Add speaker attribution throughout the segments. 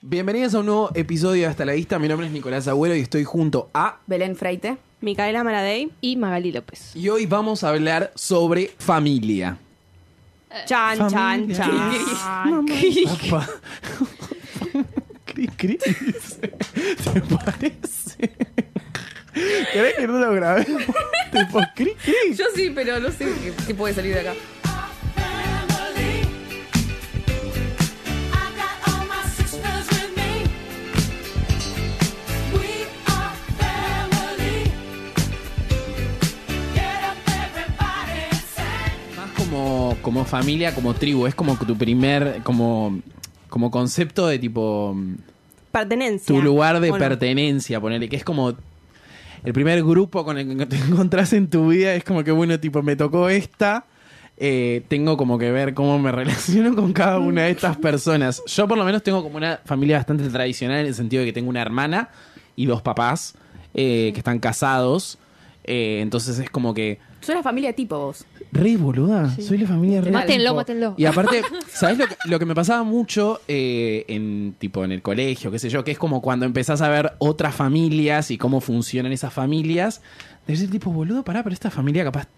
Speaker 1: Bienvenidos a un nuevo episodio de Hasta la Vista. Mi nombre es Nicolás Agüero y estoy junto a.
Speaker 2: Belén Freite.
Speaker 3: Micaela Maradei y Magali López.
Speaker 1: Y hoy vamos a hablar sobre familia.
Speaker 2: Eh.
Speaker 3: Chan, chan,
Speaker 1: Familia.
Speaker 3: chan.
Speaker 1: Papá. Cris, Cris. ¿Te parece? ¿Querés que no lo grabemos? Tipo, Cris, Cris.
Speaker 2: Yo sí, pero no sé qué puede salir de acá.
Speaker 1: Más como, como familia, como tribu. Es como tu primer. Como, como concepto de tipo.
Speaker 3: Pertenencia.
Speaker 1: tu lugar de
Speaker 3: ¿O no?
Speaker 1: pertenencia, ponele, que es como el primer grupo con el que te encontrás en tu vida, es como que, bueno, tipo, me tocó esta, eh, tengo como que ver cómo me relaciono con cada una de estas personas. Yo por lo menos tengo como una familia bastante tradicional en el sentido de que tengo una hermana y dos papás eh, que están casados, eh, entonces es como que...
Speaker 2: Soy la familia tipo vos.
Speaker 1: Re boluda, soy la familia re
Speaker 4: Mátenlo,
Speaker 1: tipo-
Speaker 4: mátenlo.
Speaker 1: Y aparte, ¿sabes lo que, lo que me pasaba mucho eh, en tipo en el colegio, qué sé yo? Que es como cuando empezás a ver otras familias y cómo funcionan esas familias. De decir, tipo, boludo, pará, pero esta familia capaz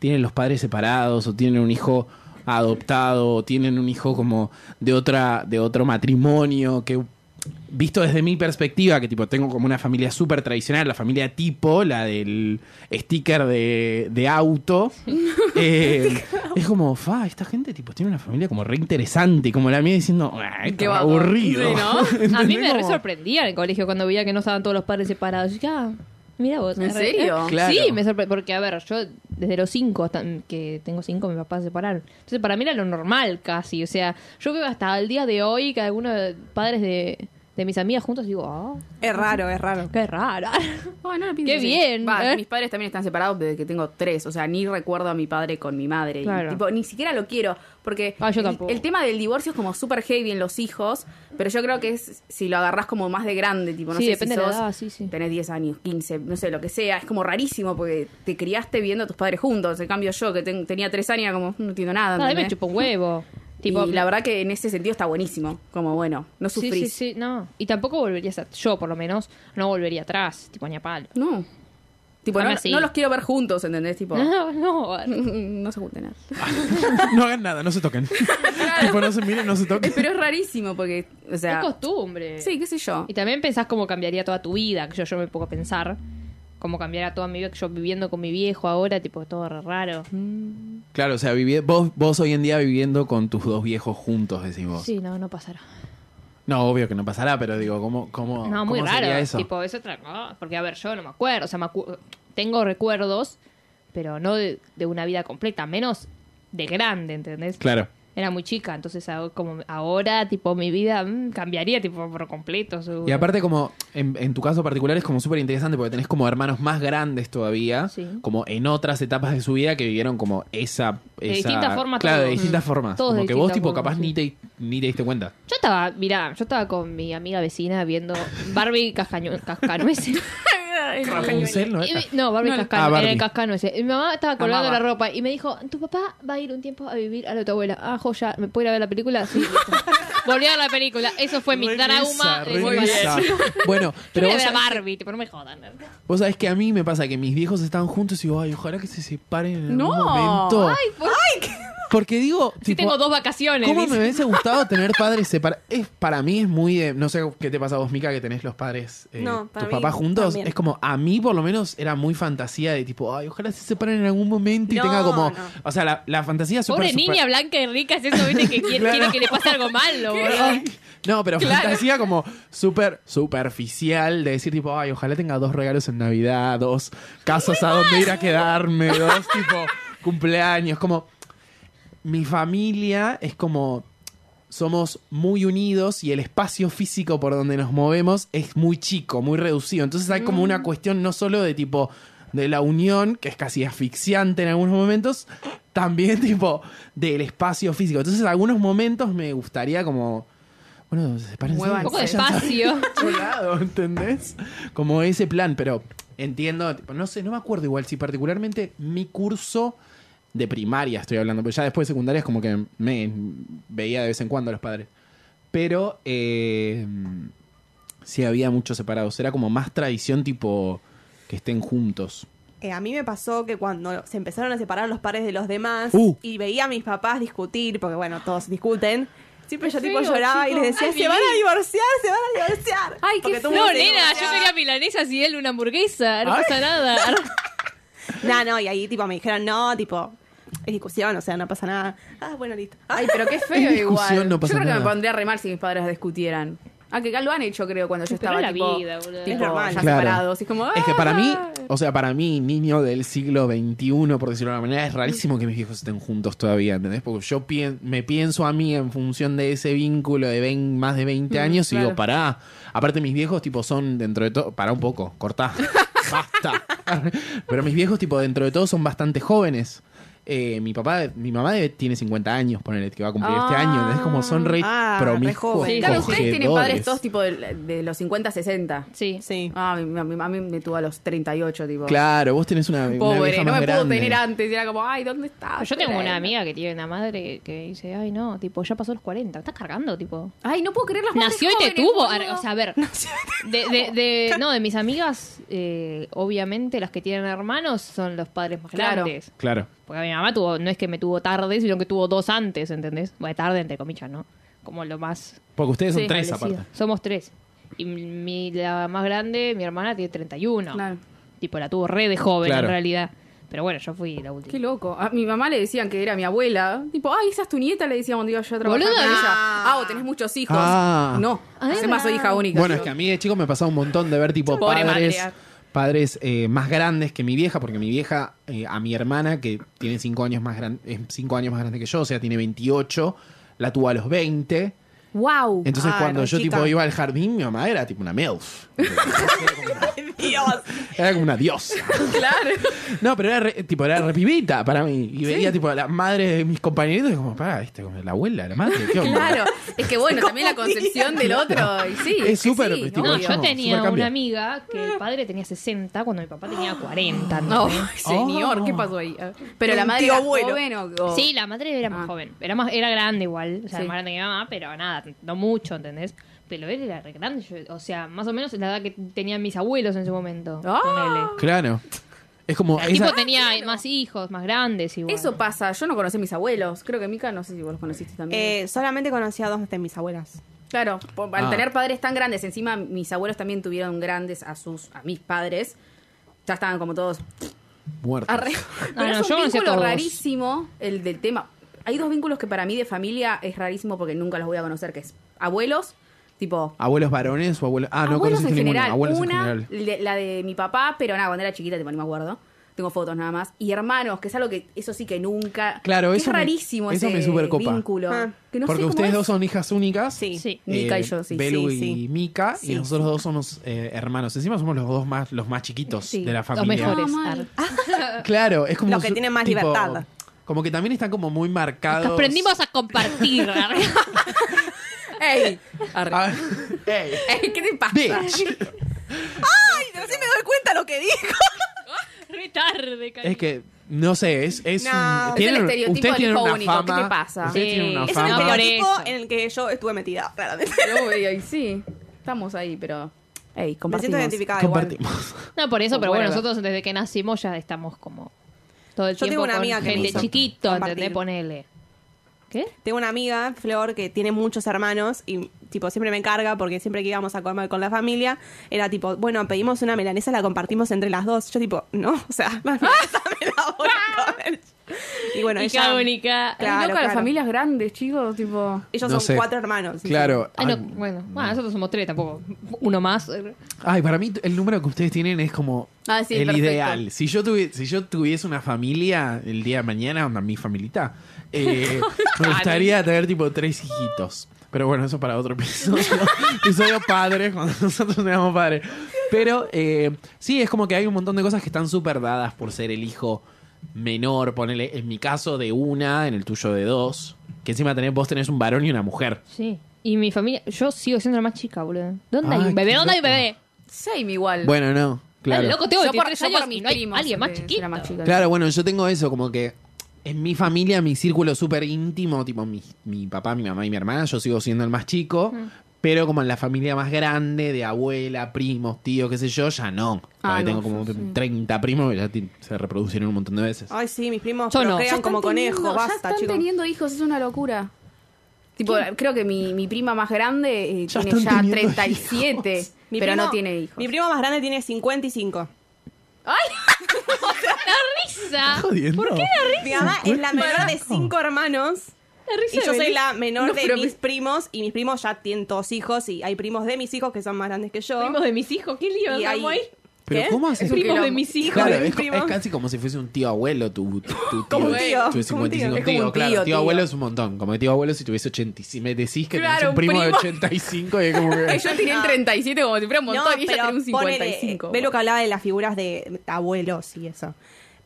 Speaker 1: tienen los padres separados o tienen un hijo adoptado o tienen un hijo como de otra de otro matrimonio que visto desde mi perspectiva, que tipo tengo como una familia súper tradicional, la familia tipo, la del sticker de, de auto, eh, es como, fa, esta gente tipo tiene una familia como re interesante, y como la mía diciendo, "Ah, esto
Speaker 2: Qué
Speaker 1: es
Speaker 2: vago".
Speaker 1: aburrido.
Speaker 2: Sí, ¿no?
Speaker 1: ¿Entendés?
Speaker 4: A mí me re
Speaker 1: Como-
Speaker 4: sorprendía en el colegio cuando veía que no estaban todos los padres separados. Yo dije, ah, mira vos.
Speaker 2: ¿En
Speaker 4: re-
Speaker 2: serio?
Speaker 4: ¿eh?
Speaker 1: Claro.
Speaker 4: Sí, me sorprendía. Porque, a ver, yo desde los cinco hasta que tengo cinco, mis papás se separaron. Entonces, para mí era lo normal casi. O sea, yo veo hasta el día de hoy que algunos padres de, de mis amigas juntos digo, ah,
Speaker 3: Es raro, es raro.
Speaker 4: qué rara.
Speaker 2: Ay, Ah, no lo pienso
Speaker 4: Qué
Speaker 2: así.
Speaker 4: bien,
Speaker 2: Va,
Speaker 4: ¿eh?
Speaker 2: Mis padres también están separados desde que tengo tres. O sea, ni recuerdo a mi padre con mi madre. Y,
Speaker 4: Claro.
Speaker 2: tipo, ni siquiera lo quiero. Porque
Speaker 4: Ah, yo
Speaker 2: el,
Speaker 4: tampoco.
Speaker 2: el tema del divorcio es como súper heavy en los hijos. Pero yo creo que es si lo agarrás como más de grande. Tipo, no
Speaker 4: Sí,
Speaker 2: sé
Speaker 4: depende
Speaker 2: si
Speaker 4: de la
Speaker 2: sos-
Speaker 4: edad, sí, sí.
Speaker 2: Tenés 10 años, 15, no sé, lo que sea. Es como rarísimo porque te criaste viendo a tus padres juntos. En cambio, yo que ten- tenía tres años, era como "Mm, no entiendo nada.
Speaker 4: Nada, me
Speaker 2: ¿entendés?
Speaker 4: chupó un huevo. Tipo,
Speaker 2: y la verdad que en ese sentido está buenísimo. Como bueno, no
Speaker 4: sí,
Speaker 2: sufrís.
Speaker 4: sí, sí, no. Y tampoco volverías a, yo por lo menos, no volvería atrás, tipo ni a palo.
Speaker 2: No. Tipo,
Speaker 4: Dame
Speaker 2: no,
Speaker 4: así.
Speaker 2: no los quiero ver juntos, ¿entendés? Tipo,
Speaker 4: No, no.
Speaker 2: no se junten nada.
Speaker 1: No hagan nada, no se toquen. tipo, no se miren, no se
Speaker 2: Eh,
Speaker 1: toquen.
Speaker 4: Este
Speaker 2: Pero es rarísimo porque, o sea,
Speaker 4: es costumbre.
Speaker 2: sí, qué sé yo.
Speaker 4: Y también pensás cómo cambiaría toda tu vida, que yo, yo me pongo a pensar cómo cambiará toda mi vida, que yo viviendo con mi viejo ahora, tipo, todo re raro.
Speaker 1: Claro, o sea, vivi- vos, vos hoy en día viviendo con tus dos viejos juntos, decimos.
Speaker 4: Sí, no, no pasará.
Speaker 1: No, obvio que no pasará, pero digo, ¿cómo, cómo,
Speaker 4: No, muy
Speaker 1: cómo
Speaker 4: raro.
Speaker 1: sería eso?
Speaker 4: Tipo, es otra cosa. Porque, a ver, yo no me acuerdo, o sea, me acu- tengo recuerdos, pero no de, de una vida completa, menos de grande, ¿entendés?
Speaker 1: Claro.
Speaker 4: Era muy chica, entonces ah, como ahora, tipo, mi vida mm, cambiaría, tipo, por completo. seguro.
Speaker 1: Y aparte como, en, en tu caso particular es como súper interesante porque tenés como hermanos más grandes todavía,
Speaker 4: Sí.
Speaker 1: como en otras etapas de su vida que vivieron como esa...
Speaker 4: De
Speaker 1: esa-
Speaker 4: distintas formas
Speaker 1: Claro, de
Speaker 4: todos.
Speaker 1: distintas formas.
Speaker 4: Todos de
Speaker 1: como que vos
Speaker 4: distintas
Speaker 1: tipo
Speaker 4: formas,
Speaker 1: capaz
Speaker 4: sí.
Speaker 1: ni, te, ni te diste cuenta.
Speaker 4: Yo estaba, mirá, yo estaba con mi amiga vecina viendo Barbie Cascañu- Cascanueces.
Speaker 1: Rapunzel, ¿no?
Speaker 4: Y mi- No, Barbie Ah,
Speaker 1: No,
Speaker 4: Cascano,
Speaker 1: ah, Barbie.
Speaker 4: era el cascano ese. Mi mamá estaba colgando
Speaker 2: Amaba.
Speaker 4: la ropa y me dijo, tu papá va a ir un tiempo a vivir a lo de tu abuela. Ah, joya, ¿me puedo ir a ver la película? Sí, listo. Volví a ver la película. Eso fue mi
Speaker 1: Re
Speaker 4: trauma.
Speaker 1: lisa,
Speaker 4: de
Speaker 1: re
Speaker 4: mi
Speaker 1: lisa.
Speaker 4: infancia.
Speaker 1: Bueno,
Speaker 4: Yo
Speaker 1: pero
Speaker 4: voy a
Speaker 1: vos
Speaker 4: ver a
Speaker 1: sabés,
Speaker 4: Barbie, tipo, no me jodan.
Speaker 1: vos sabés que a mí me pasa que mis viejos están juntos y digo, ay, ojalá que se separen en
Speaker 2: No.
Speaker 1: algún momento.
Speaker 4: Ay, por-
Speaker 1: Porque digo,
Speaker 4: sí tengo dos vacaciones.
Speaker 1: ¿Cómo
Speaker 4: dice.
Speaker 1: me hubiese gustado tener padres separados? Es, para mí es muy de. No sé qué te pasa a vos, Mica, que tenés los padres, eh,
Speaker 3: No, para
Speaker 1: tus
Speaker 3: mí
Speaker 1: papás juntos.
Speaker 3: también.
Speaker 1: Es como, a mí por lo menos era muy fantasía de tipo, ay, ojalá se separen en algún momento y
Speaker 3: No,
Speaker 1: tenga como.
Speaker 3: no.
Speaker 1: O sea, la, la fantasía super,
Speaker 4: Pobre
Speaker 1: super-
Speaker 4: niña blanca y rica, es eso, viste, que quiere,
Speaker 1: Claro.
Speaker 4: quiere que le pase algo malo, boludo.
Speaker 1: Ay, No, pero fantasía como súper superficial de decir tipo, ay, ojalá tenga dos regalos en Navidad, dos casas a donde ir a quedarme, dos tipo cumpleaños, como mi familia es como somos muy unidos y el espacio físico por donde nos movemos es muy chico, muy reducido. Entonces hay como una cuestión no solo de tipo de la unión, que es casi asfixiante en algunos momentos, también tipo del espacio físico. Entonces en algunos momentos me gustaría como... Bueno, sepárense.
Speaker 2: Muévanse.
Speaker 4: Un poco de
Speaker 2: Sí.
Speaker 4: espacio.
Speaker 1: otro lado, ¿entendés? Como ese plan, pero entiendo, tipo, no sé, no me acuerdo igual si particularmente mi curso de primaria estoy hablando, porque ya después de secundaria es como que me veía de vez en cuando a los padres. Pero eh, sí había muchos separados, era como más tradición tipo que estén juntos.
Speaker 3: Eh, a mí me pasó que cuando se empezaron a separar los pares de los demás
Speaker 1: Uh.
Speaker 3: y veía a mis papás discutir, porque bueno, todos discuten, siempre
Speaker 4: Qué
Speaker 3: yo tipo
Speaker 4: feo,
Speaker 3: lloraba y
Speaker 4: chicos.
Speaker 3: les decía,
Speaker 4: Ay,
Speaker 3: se van a
Speaker 4: Vivi.
Speaker 3: divorciar, se van a divorciar.
Speaker 2: Ay, qué
Speaker 3: Porque todo el
Speaker 4: No,
Speaker 3: mundo se
Speaker 4: nena, yo
Speaker 3: divorciaba.
Speaker 4: quería milanesas y él una hamburguesa. No
Speaker 1: ah". Ay.
Speaker 4: pasa nada.
Speaker 3: No, no, y ahí tipo me dijeron, no, tipo, es discusión, o sea, no pasa nada. Ah, bueno, listo. Ah,
Speaker 2: Ay, pero qué feo
Speaker 1: En discusión
Speaker 2: igual.
Speaker 1: no
Speaker 2: yo
Speaker 1: pasa
Speaker 2: creo que me
Speaker 1: nada.
Speaker 2: pondría a remar si mis padres discutieran. Ah, que acá lo han hecho, creo, cuando yo estaba
Speaker 4: Pero es la
Speaker 2: tipo,
Speaker 4: vida, boludo.
Speaker 2: tipo,
Speaker 3: Es normal.
Speaker 2: ya
Speaker 1: Claro.
Speaker 2: separados. Y es como,
Speaker 1: Es que para mí,
Speaker 2: ¡ah!
Speaker 1: o sea, para mí, niño del siglo XXI, por decirlo de una manera, es rarísimo que mis hijos estén juntos todavía, ¿entendés? Porque yo pien- me pienso a mí en función de ese vínculo de vein- más de 20
Speaker 2: Mm,
Speaker 1: años y digo, pará. Aparte, mis viejos, tipo, son dentro de todo. Pará un poco, cortá. Basta. Pero mis viejos, tipo, dentro de todo son bastante jóvenes. Eh, mi papá, mi mamá debe- tiene 50 años, ponele, que va a cumplir este
Speaker 2: Ah.
Speaker 1: año. Es como son re
Speaker 3: Ah, re
Speaker 1: promiscuos.
Speaker 3: joven. Sí,
Speaker 2: Claro, ustedes tienen padres
Speaker 1: cogedores.
Speaker 2: todos tipo de, de los 50, 60.
Speaker 4: Sí.
Speaker 3: sí.
Speaker 2: Ah, mi, mi- mi mami me tuvo a los 38, tipo.
Speaker 1: Claro, vos tenés una, una
Speaker 2: Pobre,
Speaker 1: vieja
Speaker 2: no
Speaker 1: más
Speaker 2: me pudo
Speaker 1: grande.
Speaker 2: tener antes. Y era como, ay, ¿dónde está?
Speaker 4: Yo tengo
Speaker 2: Ah, Tremendo.
Speaker 4: una amiga que tiene una madre que, que dice, ay no, tipo, ya pasó los 40, me estás cargando, tipo.
Speaker 2: Ay, no puedo creer las madres
Speaker 4: Nació y te
Speaker 2: jóvenes,
Speaker 4: tuvo.
Speaker 2: boludo.
Speaker 4: O sea, a ver. De, de- de- no, de mis amigas, eh, obviamente las que tienen hermanos son los padres más
Speaker 2: Claro.
Speaker 4: grandes.
Speaker 1: Claro.
Speaker 4: Porque mi mamá tuvo, no es que me tuvo tarde, sino que tuvo dos antes, ¿entendés? Bueno, tarde entre comillas, ¿no? Como lo más
Speaker 1: Porque ustedes son
Speaker 2: Sí,
Speaker 1: tres
Speaker 4: establecido.
Speaker 1: aparte.
Speaker 4: Somos tres. Y mi, la más grande, mi hermana, tiene 31.
Speaker 2: Claro.
Speaker 4: Tipo, la tuvo re de joven
Speaker 1: Claro.
Speaker 4: en realidad. Pero bueno, yo fui la última.
Speaker 2: Qué loco. A mi mamá le decían que era mi abuela. Tipo, ay, esa es tu nieta, le decíamos, digo, yo trabajo con
Speaker 4: Boluda.
Speaker 2: ella. Ah, o tenés muchos hijos.
Speaker 1: Ah.
Speaker 2: No,
Speaker 4: Ah, es
Speaker 2: además soy
Speaker 4: verdad.
Speaker 2: hija única.
Speaker 1: Bueno,
Speaker 2: yo.
Speaker 1: es que a mí de chico me pasaba un montón de ver tipo
Speaker 2: Pobre
Speaker 1: padres,
Speaker 2: madre.
Speaker 1: padres eh, más grandes que mi vieja, porque mi vieja, eh, a mi hermana, que tiene cinco años más gran- es cinco años más grande que yo, o sea, tiene 28, la tuvo a los 20.
Speaker 2: ¡Wow!
Speaker 1: Entonces
Speaker 3: Ah,
Speaker 1: cuando
Speaker 3: re
Speaker 1: yo
Speaker 3: chica.
Speaker 1: tipo iba al jardín, mi mamá era tipo una E MILF.
Speaker 3: Dios.
Speaker 1: Era como una diosa.
Speaker 2: claro.
Speaker 1: No, pero era re- tipo, era repibita para mí. Y veía tipo a la madre de mis compañeritos y como, pará, este, como la abuela, la madre, ¿qué onda?
Speaker 2: Claro. Es que bueno, también la concepción del otro. Y sí.
Speaker 1: Es
Speaker 2: que
Speaker 1: súper,
Speaker 2: sí,
Speaker 1: tipo,
Speaker 4: No,
Speaker 2: obvio.
Speaker 4: yo
Speaker 1: Digamos,
Speaker 4: tenía
Speaker 1: supercambio.
Speaker 4: una amiga que el padre tenía 60 cuando mi papá tenía 40.
Speaker 2: No,
Speaker 4: ¿no?
Speaker 2: señor, ¿qué pasó ahí? Ah, Pero
Speaker 3: Un
Speaker 2: la madre
Speaker 3: tío
Speaker 2: era
Speaker 3: abuelo.
Speaker 2: joven o, o-
Speaker 4: Sí, la madre era más
Speaker 2: Ah.
Speaker 4: joven. Era más, era grande igual, o sea,
Speaker 2: Sí.
Speaker 4: más grande que mi mamá, pero nada, no mucho, ¿entendés? Pero él era re grande, yo- o sea, más o menos la edad que tenían mis abuelos en su momento.
Speaker 2: Ah.
Speaker 4: ponele.
Speaker 1: Claro. Es como...
Speaker 4: El tipo
Speaker 1: esa-
Speaker 3: Ah,
Speaker 4: tenía más hijos, más grandes igual.
Speaker 2: Eso pasa. Yo no conocí a mis abuelos. Creo que Mica, no sé si vos los conociste también.
Speaker 3: Eh, solamente conocí a dos de mis abuelas.
Speaker 2: Claro, por- al
Speaker 1: Ah.
Speaker 2: tener padres tan grandes, encima mis abuelos también tuvieron grandes a sus a mis padres. Ya estaban como todos
Speaker 1: Muertos.
Speaker 2: arre.
Speaker 4: No,
Speaker 2: Pero
Speaker 4: no,
Speaker 2: es
Speaker 4: yo
Speaker 2: un
Speaker 4: conocí a
Speaker 2: vínculo
Speaker 4: todos.
Speaker 2: rarísimo el del tema. Hay dos vínculos que para mí de familia es rarísimo porque nunca los voy a conocer, que es abuelos, tipo
Speaker 1: ¿Abuelos varones o abuelos? Ah, no
Speaker 2: abuelos
Speaker 1: conociste
Speaker 2: en
Speaker 1: ninguno.
Speaker 2: general,
Speaker 1: Abuelos
Speaker 2: una,
Speaker 1: en general.
Speaker 2: le- la de mi papá, pero nada, cuando era chiquita, tipo, no me acuerdo. Tengo fotos nada más. Y hermanos, que es algo que eso sí que nunca.
Speaker 1: Claro,
Speaker 2: que
Speaker 1: eso
Speaker 2: es
Speaker 1: me-
Speaker 2: rarísimo
Speaker 1: eso
Speaker 2: ese
Speaker 1: me supercopa.
Speaker 2: vínculo.
Speaker 3: Ah,
Speaker 2: que no sé
Speaker 1: Porque
Speaker 2: cómo
Speaker 1: ustedes
Speaker 2: es.
Speaker 1: dos son hijas únicas. Eh,
Speaker 3: Sí.
Speaker 4: Sí.
Speaker 2: Mica y yo, sí,
Speaker 1: Belu
Speaker 3: sí,
Speaker 1: y
Speaker 3: sí.
Speaker 1: Mika.
Speaker 3: Sí,
Speaker 1: y nosotros dos somos eh, hermanos. Encima somos los dos más, los más chiquitos
Speaker 4: Sí,
Speaker 1: de la familia.
Speaker 4: Los mejores.
Speaker 2: Ah,
Speaker 4: ar.
Speaker 2: mal.
Speaker 1: Claro, es como.
Speaker 3: Los que
Speaker 1: su-
Speaker 3: tienen más libertad.
Speaker 1: Como que también están como muy marcados.
Speaker 4: Que aprendimos a compartir. ar.
Speaker 2: ¡Ey! Arre.
Speaker 1: Ah, ey,
Speaker 2: Ey, ¿Qué te pasa?
Speaker 1: bitch.
Speaker 3: Ay, recién me doy cuenta lo que dijo.
Speaker 4: Re tarde, cariño.
Speaker 1: Es que. No sé, es. es
Speaker 3: No.
Speaker 1: un-
Speaker 3: Es el
Speaker 1: tienen-
Speaker 2: estereotipo
Speaker 1: ustedes
Speaker 2: del
Speaker 1: tienen
Speaker 2: hijo
Speaker 1: una
Speaker 2: único,
Speaker 1: fama-
Speaker 2: ¿qué te pasa?
Speaker 1: Ustedes
Speaker 4: Sí.
Speaker 1: tienen una
Speaker 4: Es
Speaker 3: Es
Speaker 4: un
Speaker 3: un
Speaker 4: No, por
Speaker 1: fama.
Speaker 3: estereotipo
Speaker 4: eso.
Speaker 3: en el que yo estuve metida, claramente.
Speaker 2: Yo, güey, sí, estamos ahí, pero. Ey,
Speaker 3: Me siento
Speaker 2: compartimos.
Speaker 3: identificada igual.
Speaker 1: Compartimos.
Speaker 4: No, por eso,
Speaker 2: Oh,
Speaker 4: pero bueno,
Speaker 2: whatever.
Speaker 4: nosotros desde que nacimos ya estamos como todo el
Speaker 3: Yo
Speaker 4: tiempo
Speaker 3: tengo una
Speaker 4: con
Speaker 3: amiga que me
Speaker 4: gente
Speaker 3: hizo
Speaker 4: chiquito,
Speaker 3: compartir.
Speaker 4: ¿entendés? Ponele. ¿Qué?
Speaker 3: Tengo una amiga, Flor, que tiene muchos hermanos y tipo siempre me carga porque siempre que íbamos a comer con la familia era tipo, bueno, pedimos una melanesa, la compartimos entre las dos. Yo tipo, no, o sea, la melanesa me la voy a comer. Y bueno,
Speaker 4: y
Speaker 3: ella,
Speaker 4: Mónica.
Speaker 3: Claro,
Speaker 2: Loco, las
Speaker 3: claro.
Speaker 2: familias grandes, chicos, tipo...
Speaker 3: ellos
Speaker 1: No
Speaker 3: son
Speaker 1: sé.
Speaker 3: cuatro hermanos. ¿sí?
Speaker 1: Claro. ah,
Speaker 4: Ay, no,
Speaker 1: Ay,
Speaker 4: bueno, bueno, nosotros somos tres tampoco. Uno más.
Speaker 1: Ay, para mí el número que ustedes tienen es como
Speaker 2: Ah, sí,
Speaker 1: el
Speaker 2: perfecto.
Speaker 1: ideal. Si yo, tuvi- si yo tuviese una familia el día de mañana, onda, mi familita, eh, me gustaría tener tipo tres hijitos. Pero bueno, eso para otro episodio. episodio padres, cuando nosotros seamos padres. Pero eh, sí, es como que hay un montón de cosas que están súper dadas por ser el hijo menor. Ponele, en mi caso, de una, en el tuyo de dos. Que encima tenés, vos tenés un varón y una mujer.
Speaker 4: Sí. Y mi familia, yo sigo siendo la más chica, boludo. ¿Dónde hay
Speaker 1: Ay,
Speaker 4: un bebé?
Speaker 1: qué
Speaker 4: ¿Dónde hay un
Speaker 1: loco.
Speaker 4: bebé?
Speaker 2: Same igual.
Speaker 1: Bueno, no. Claro.
Speaker 4: Ay, loco, tengo
Speaker 2: Yo
Speaker 4: 23
Speaker 2: yo
Speaker 4: años y no hay alguien más
Speaker 2: que- que
Speaker 4: chiquito.
Speaker 2: era eh, más chica.
Speaker 1: Claro, bueno, yo tengo eso, como que en mi familia, mi círculo súper íntimo, tipo mi, mi papá, mi mamá y mi hermana, yo sigo siendo el más chico, pero como en la familia más grande, de abuela, primos, tíos, qué sé yo, ya no.
Speaker 2: Ah,
Speaker 1: Ahora
Speaker 2: no,
Speaker 1: tengo como 30 primos que ya ti- se reproducieron un montón de veces.
Speaker 3: Ay, sí, mis primos
Speaker 4: Yo no.
Speaker 2: Ya
Speaker 3: procrean
Speaker 2: están
Speaker 3: como
Speaker 2: teniendo-
Speaker 3: conejos,
Speaker 2: Ya
Speaker 3: basta,
Speaker 2: están
Speaker 3: chicos.
Speaker 2: teniendo hijos, es una locura. Tipo, creo que mi, mi prima más grande eh,
Speaker 1: Ya
Speaker 2: tiene
Speaker 1: están
Speaker 2: ya
Speaker 1: teniendo
Speaker 2: 37,
Speaker 3: Mi
Speaker 2: pero
Speaker 3: primo-
Speaker 2: no tiene hijos.
Speaker 3: Mi primo más grande tiene 55.
Speaker 4: Risa.
Speaker 1: Jodiendo.
Speaker 3: Mi mamá es la menor de cinco hermanos.
Speaker 4: La risa
Speaker 3: Y yo soy
Speaker 4: de Belén.
Speaker 3: la menor
Speaker 2: No,
Speaker 3: de
Speaker 2: pero me-
Speaker 3: mis primos y mis primos ya tienen todos hijos y hay primos de mis hijos que son más grandes que yo.
Speaker 4: Primos de mis hijos, qué lío,
Speaker 3: y hay...
Speaker 4: estamos ahí.
Speaker 1: Pero
Speaker 3: ¿Qué?
Speaker 1: ¿cómo haces?
Speaker 2: un
Speaker 4: Primos de
Speaker 2: quilombo.
Speaker 4: mis hijos.
Speaker 1: Claro,
Speaker 3: de mi
Speaker 1: es, co-
Speaker 3: primo.
Speaker 1: es casi como si fuese un tío abuelo tu, tu- tu tío.
Speaker 3: Como un tío,
Speaker 1: Tu de
Speaker 3: como un tío.
Speaker 1: 55
Speaker 3: Es
Speaker 1: tío,
Speaker 2: como un
Speaker 1: claro.
Speaker 2: tío,
Speaker 1: Tío,
Speaker 2: tío.
Speaker 1: abuelo es un montón. Como que tío abuelo, si tuviese 85, me decís que
Speaker 2: Claro,
Speaker 1: tenés un
Speaker 2: un
Speaker 1: primo, de
Speaker 2: primo.
Speaker 1: 85 y es como que...
Speaker 2: Ay, yo tenía el 37 como si fuera un montón y ella tenía un 55.
Speaker 3: ve lo que hablaba de las figuras de abuelos y eso.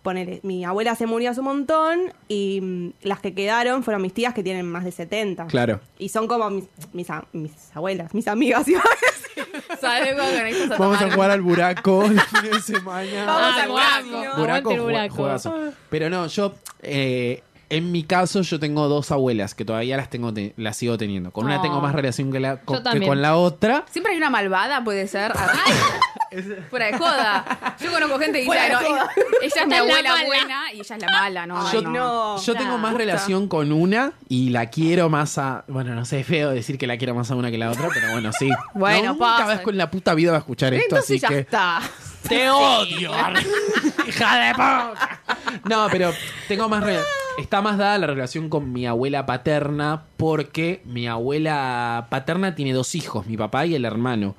Speaker 3: Ponele, mi abuela se murió hace un montón y mm, las que quedaron fueron mis tías que tienen más de 70.
Speaker 1: Claro.
Speaker 3: Y son como mis, mis, a- mis abuelas, mis amigas. iba a decir.
Speaker 2: ¿Sabes cuándo conectas a
Speaker 1: Vamos a
Speaker 2: tomar?
Speaker 1: jugar al buraco el fin de semana.
Speaker 3: Vamos
Speaker 4: Ah,
Speaker 3: al
Speaker 4: buraco.
Speaker 1: buraco,
Speaker 3: buraco.
Speaker 4: Aguante el
Speaker 1: ju-
Speaker 4: buraco.
Speaker 1: juegazo. Pero no, yo eh, en mi caso yo tengo dos abuelas que todavía las tengo te- las sigo teniendo. Con una
Speaker 2: Oh.
Speaker 1: tengo más relación que, la, co-
Speaker 4: Yo
Speaker 1: que
Speaker 4: también.
Speaker 1: con la otra.
Speaker 2: Siempre hay una malvada, puede ser. ¡Ay! Fuera de joda. Yo conozco gente que dice,
Speaker 3: Fuera de
Speaker 2: "Ay, no,
Speaker 3: joda".
Speaker 2: ella, ella es mi
Speaker 4: es la
Speaker 2: abuela
Speaker 4: mala.
Speaker 2: buena y ella es la mala, ¿no?
Speaker 3: Ay,
Speaker 2: ay,
Speaker 1: yo
Speaker 2: no.
Speaker 3: no.
Speaker 1: Yo tengo
Speaker 2: Nah,
Speaker 1: más
Speaker 2: puta.
Speaker 1: relación con una y la quiero más a. Bueno, no sé, es feo decir que la quiero más a una que la otra, pero bueno, sí.
Speaker 2: Bueno,
Speaker 1: no, nunca
Speaker 2: pasa.
Speaker 1: vas con la puta vida va a escuchar esto,
Speaker 2: Entonces
Speaker 1: así
Speaker 2: ya
Speaker 1: que.
Speaker 2: está.
Speaker 1: ¡Te odio! ¡Hija de puta! No, pero tengo más. re- Está más dada la relación con mi abuela paterna porque mi abuela paterna tiene dos hijos, mi papá y el hermano.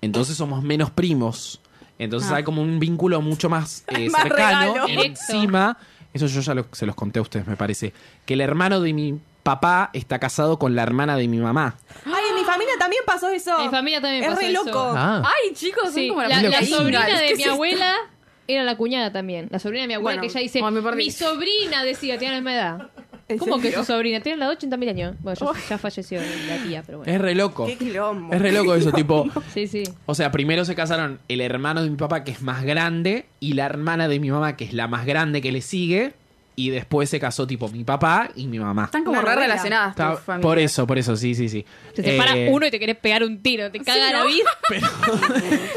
Speaker 1: Entonces somos menos primos. Entonces hay como un vínculo mucho más, eh,
Speaker 2: Ah. Más
Speaker 1: cercano.
Speaker 2: regalo.
Speaker 1: Y
Speaker 4: Directo.
Speaker 1: Encima, eso yo ya lo- se los conté a ustedes, me parece. Que el hermano de mi papá está casado con la hermana de mi mamá.
Speaker 3: Ay, en mi familia también pasó eso.
Speaker 4: En mi familia también
Speaker 3: es
Speaker 4: pasó
Speaker 3: re
Speaker 4: eso.
Speaker 2: Oh.
Speaker 3: loco.
Speaker 1: Ah.
Speaker 2: Ay, chicos, son
Speaker 4: Sí,
Speaker 2: como
Speaker 4: la,
Speaker 2: la,
Speaker 4: la
Speaker 2: película
Speaker 4: sobrina
Speaker 2: Ingalls.
Speaker 4: de
Speaker 2: ¿Qué es
Speaker 4: mi
Speaker 2: esto?
Speaker 4: abuela era la cuñada también. La sobrina de mi
Speaker 2: Bueno,
Speaker 4: abuela que ella dice,
Speaker 2: bueno, me perdí.
Speaker 4: mi sobrina decía, tiene la misma edad.
Speaker 3: ¿En
Speaker 4: ¿Cómo que
Speaker 3: serio?
Speaker 4: su sobrina? Tiene la de 80 mil años. Bueno, yo- ya falleció la tía, pero bueno.
Speaker 1: Es re loco.
Speaker 3: Qué quilombo.
Speaker 1: Es re loco eso, tipo.
Speaker 4: Sí, sí.
Speaker 1: O sea, primero se casaron el hermano de mi papá, que es más grande, y la hermana de mi mamá, que es la más grande que le sigue, y después se casó tipo mi papá y mi mamá.
Speaker 2: Están como
Speaker 3: Una
Speaker 2: re
Speaker 3: novela.
Speaker 2: relacionadas
Speaker 1: Está-
Speaker 2: tus familias.
Speaker 1: por eso, por eso, sí, sí, sí.
Speaker 4: Te separa
Speaker 1: Eh,
Speaker 4: uno y te querés pegar un tiro. Te caga
Speaker 2: Sí,
Speaker 4: la
Speaker 2: ¿no?
Speaker 4: vida.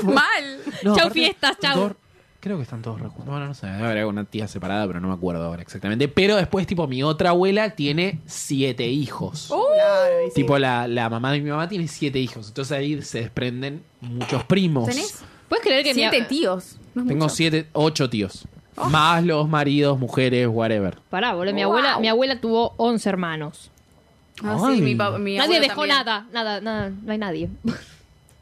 Speaker 2: Mal.
Speaker 4: Chau,
Speaker 1: aparte,
Speaker 4: fiestas, chau.
Speaker 1: dos- creo que están todos recuerdos. Bueno, no sé, debe haber una tía separada, pero no me acuerdo ahora exactamente. Pero después, tipo, mi otra abuela tiene siete hijos.
Speaker 4: Oh,
Speaker 3: Claro, y sí.
Speaker 1: Tipo, la, la mamá de mi mamá tiene siete hijos. Entonces ahí se desprenden muchos primos.
Speaker 2: ¿Tenés?
Speaker 4: ¿Puedes creer que mi
Speaker 2: Siete
Speaker 4: ab-
Speaker 2: tíos. No es
Speaker 1: Tengo
Speaker 2: mucho.
Speaker 1: siete, ocho tíos. Más los maridos, mujeres, whatever.
Speaker 4: Pará, boludo. Mi,
Speaker 2: Wow.
Speaker 4: abuela, mi abuela tuvo 11 hermanos.
Speaker 2: Ah, sí,
Speaker 1: Ay.
Speaker 2: mi pa- mi
Speaker 4: nadie
Speaker 2: abuelo
Speaker 4: dejó
Speaker 2: también.
Speaker 4: nada. Nada, nada. No hay nadie.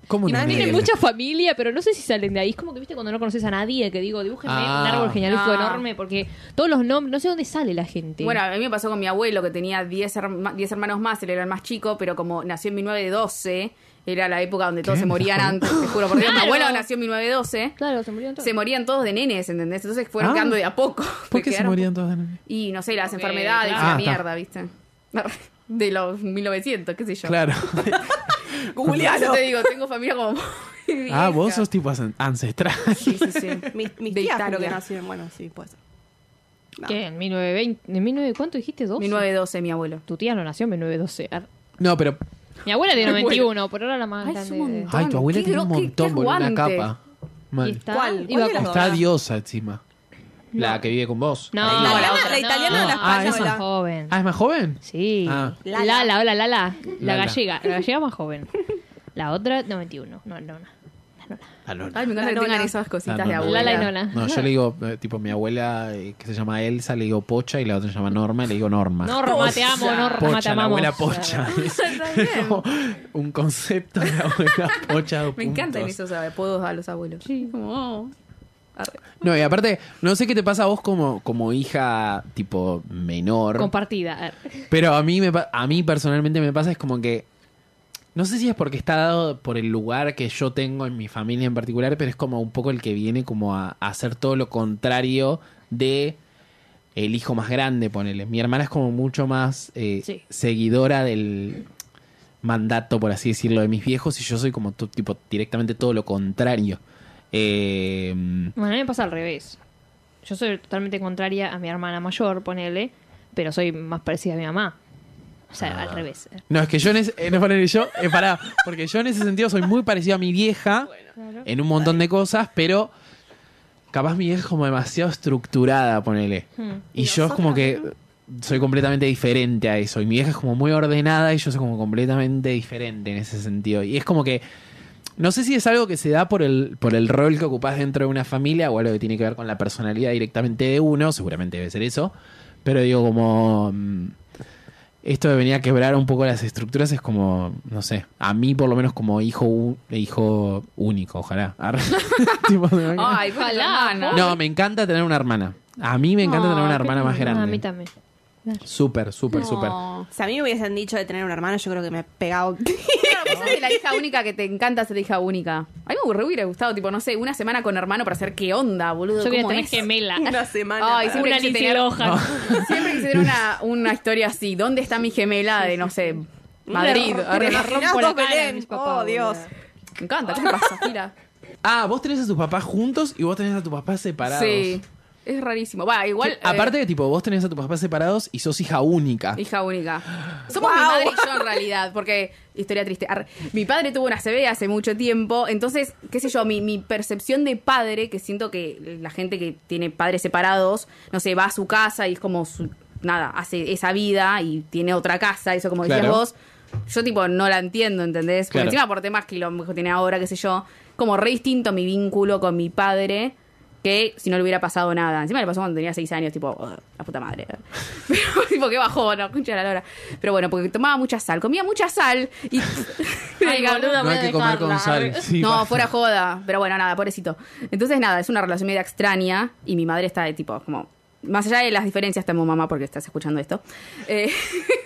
Speaker 1: ¿Cómo
Speaker 3: Y más
Speaker 1: nadie?
Speaker 4: Tienen mucha familia, pero no sé si salen de ahí. Es como que, viste, cuando no conoces a nadie, que digo, dibújenme
Speaker 1: Ah.
Speaker 4: un árbol genealógico
Speaker 2: Ah.
Speaker 4: enorme, porque todos los nombres, no sé dónde sale la gente.
Speaker 2: Bueno, a mí me pasó con mi abuelo que tenía 10 herma- 10 hermanos más, él era el más chico, pero como nació en 1912, era la época donde todos
Speaker 1: ¿Qué?
Speaker 2: se morían antes, te juro por Dios, mi
Speaker 4: Claro.
Speaker 2: abuelo nació en 1912,
Speaker 4: claro, se murieron todos.
Speaker 2: se morían todos de nenes, ¿entendés? Entonces fueron
Speaker 1: Ah.
Speaker 2: quedando de a poco.
Speaker 1: ¿Por
Speaker 2: Se
Speaker 1: qué se
Speaker 2: quedaron
Speaker 1: morían todos de niños?
Speaker 2: po- Y no sé, las
Speaker 4: Porque,
Speaker 2: enfermedades,
Speaker 4: claro.
Speaker 2: la
Speaker 1: Ah, está.
Speaker 2: mierda, ¿viste? De los 1900, qué sé yo.
Speaker 1: Claro.
Speaker 2: Yo
Speaker 3: Googlealo.
Speaker 2: te digo, tengo familia como... muy
Speaker 1: ah, vos
Speaker 2: vieja.
Speaker 1: sos tipo an- ancestral.
Speaker 2: Sí, sí, sí.
Speaker 3: Mis, mis
Speaker 2: De
Speaker 3: tías creo que
Speaker 2: Italia.
Speaker 3: nacieron. Bueno, sí, pues. puede ser. No.
Speaker 4: ¿Qué? ¿En 1920? ¿En 19 cuánto dijiste? ¿12?
Speaker 2: 1912, mi abuelo.
Speaker 4: Tu tía no nació en 1912. Ar-
Speaker 1: No, pero.
Speaker 4: Mi abuela tiene
Speaker 2: Ah. Bueno.
Speaker 4: 21, por ahora la más
Speaker 2: Ay, es
Speaker 4: grande.
Speaker 2: un
Speaker 4: de-
Speaker 2: montón.
Speaker 1: Ay, tu abuela
Speaker 2: Qué
Speaker 1: tiene un
Speaker 2: gro- qué-
Speaker 1: montón
Speaker 2: qué
Speaker 1: con una
Speaker 2: aguante.
Speaker 1: capa. Mal.
Speaker 4: ¿Y está?
Speaker 3: ¿Cuál? ¿Cuál
Speaker 4: Iba
Speaker 3: de
Speaker 4: con-
Speaker 3: las
Speaker 1: Está diosa encima. La que vive con vos.
Speaker 4: No,
Speaker 1: Ahí.
Speaker 2: No,
Speaker 3: la
Speaker 2: la
Speaker 3: otra,
Speaker 2: otra,
Speaker 3: la
Speaker 2: no.
Speaker 3: italiana o la
Speaker 4: ah,
Speaker 3: española.
Speaker 4: esa es más joven.
Speaker 1: Ah, ¿es más joven?
Speaker 4: Sí.
Speaker 1: Ah.
Speaker 3: Lala.
Speaker 4: Lala, hola, Lala. La
Speaker 1: Lala.
Speaker 4: gallega. La gallega más joven. La otra, 91. No, no, no.
Speaker 1: La Lola.
Speaker 2: Ay, me encanta
Speaker 3: La
Speaker 2: que tengan
Speaker 3: nona.
Speaker 2: esas cositas
Speaker 1: La
Speaker 2: de
Speaker 1: nona.
Speaker 2: abuela.
Speaker 4: Lala y Nona.
Speaker 1: No, yo le digo, eh, tipo, mi abuela eh, que se llama Elsa, le digo Pocha y la otra se llama Norma, y le digo Norma.
Speaker 4: Norma, te amo, Norma, te
Speaker 1: Pocha, la
Speaker 4: amamos.
Speaker 1: abuela Pocha.
Speaker 2: Está bien.
Speaker 1: Como un concepto de abuela Pocha. dos
Speaker 2: Me encantan
Speaker 1: puntos.
Speaker 2: esos apodos a los abuelos. Como, oh. Arre.
Speaker 1: No, y aparte, no sé qué te pasa a vos como, como hija, tipo, menor.
Speaker 4: Compartida.
Speaker 1: Pero a mí, me, pa- a mí personalmente me pasa es como que... No sé si es porque está dado por el lugar que yo tengo en mi familia en particular, pero es como un poco el que viene como a, a hacer todo lo contrario de el hijo más grande, ponele. Mi hermana es como mucho más eh,
Speaker 4: Sí.
Speaker 1: seguidora del mandato, por así decirlo, de mis viejos y yo soy como to- tipo directamente todo lo contrario. Eh,
Speaker 4: Bueno, a mí me pasa al revés. Yo soy totalmente contraria a mi hermana mayor, ponele, pero soy más parecida a mi mamá. O sea,
Speaker 1: Ah.
Speaker 4: al revés.
Speaker 1: No, es que yo en ese, eh, no, ponele, yo, eh, pará, porque yo en ese sentido soy muy parecido a mi vieja en un montón de cosas, pero capaz mi vieja es como demasiado estructurada, ponele.
Speaker 4: Hmm.
Speaker 1: Y, yo es como que soy completamente diferente a eso. Y mi vieja es como muy ordenada y yo soy como completamente diferente en ese sentido. Y es como que no sé si es algo que se da por el, por el rol que ocupás dentro de una familia o algo que tiene que ver con la personalidad directamente de uno, seguramente debe ser eso, pero digo como... mm, Esto de venir a quebrar un poco las estructuras es como, no sé, a mí por lo menos como hijo, u- hijo único, ojalá. Arre. Tipo, ¿no?
Speaker 2: Ay, pues,
Speaker 4: Ojalá,
Speaker 2: hermana.
Speaker 1: no, me encanta tener una hermana. A mí me encanta
Speaker 2: Ah,
Speaker 1: tener una hermana más grande.
Speaker 4: A mí también.
Speaker 1: Súper, súper,
Speaker 2: No.
Speaker 1: súper.
Speaker 3: Si a mí me hubiesen dicho de tener un hermano, yo creo que me he pegado.
Speaker 2: Claro, vos sos de la hija única que te encanta ser hija única. A mí me re hubiera gustado, tipo, no sé, una semana con hermano para hacer qué onda, boludo.
Speaker 4: Yo quería
Speaker 2: ¿cómo
Speaker 4: tener
Speaker 2: es?
Speaker 4: gemela.
Speaker 3: Una semana.
Speaker 2: Ay, siempre
Speaker 4: Una
Speaker 2: quise
Speaker 4: Lindsay
Speaker 2: tener-
Speaker 4: Lohan.
Speaker 1: Ah,
Speaker 2: Siempre quise tener una, una historia así. ¿Dónde está mi gemela de, no sé, Madrid?
Speaker 3: Me
Speaker 2: Arre.
Speaker 3: rompo
Speaker 4: rompo la
Speaker 3: la
Speaker 4: cara
Speaker 3: Belén.
Speaker 4: a mis papás,
Speaker 3: Oh, Dios.
Speaker 4: boluda.
Speaker 2: Me encanta, ¿qué te pasa? Mira.
Speaker 1: Ah, vos tenés a tus papás juntos y vos tenés a tus papás separados.
Speaker 2: Sí, es rarísimo. Va, igual.
Speaker 1: Sí, Aparte de tipo, vos tenés a tus papás separados y sos hija única.
Speaker 2: eh, Hija única. Somos mi
Speaker 3: Wow.
Speaker 2: madre y yo en realidad, porque historia triste. Arre. Mi padre tuvo una CB hace mucho tiempo, entonces, qué sé yo, mi, mi percepción de padre, que siento que la gente que tiene padres separados, no sé, va a su casa y es como su- nada, hace esa vida y tiene otra casa, eso como decías
Speaker 1: Claro.
Speaker 2: vos. Yo tipo no la entiendo, ¿entendés? Porque
Speaker 1: Claro.
Speaker 2: encima por temas que lo que tiene ahora, qué sé yo, como re distinto mi vínculo con mi padre que si no le hubiera pasado nada. Encima le pasó cuando tenía seis años, tipo, "Ugh, la puta madre. Pero tipo, qué bajó, no, concha de la lora. Pero bueno, porque tomaba mucha sal, comía mucha sal y...
Speaker 4: Ay, boluda,
Speaker 1: No
Speaker 4: voy
Speaker 1: hay
Speaker 4: a
Speaker 1: que comer
Speaker 4: dejarla.
Speaker 1: con sal. Sí,
Speaker 2: no,
Speaker 1: basta.
Speaker 2: fuera joda. Pero bueno, nada, pobrecito. Entonces, nada, es una relación media extraña. Y mi madre está de tipo, como. Más allá de las diferencias, te amo mamá porque estás escuchando esto. Eh,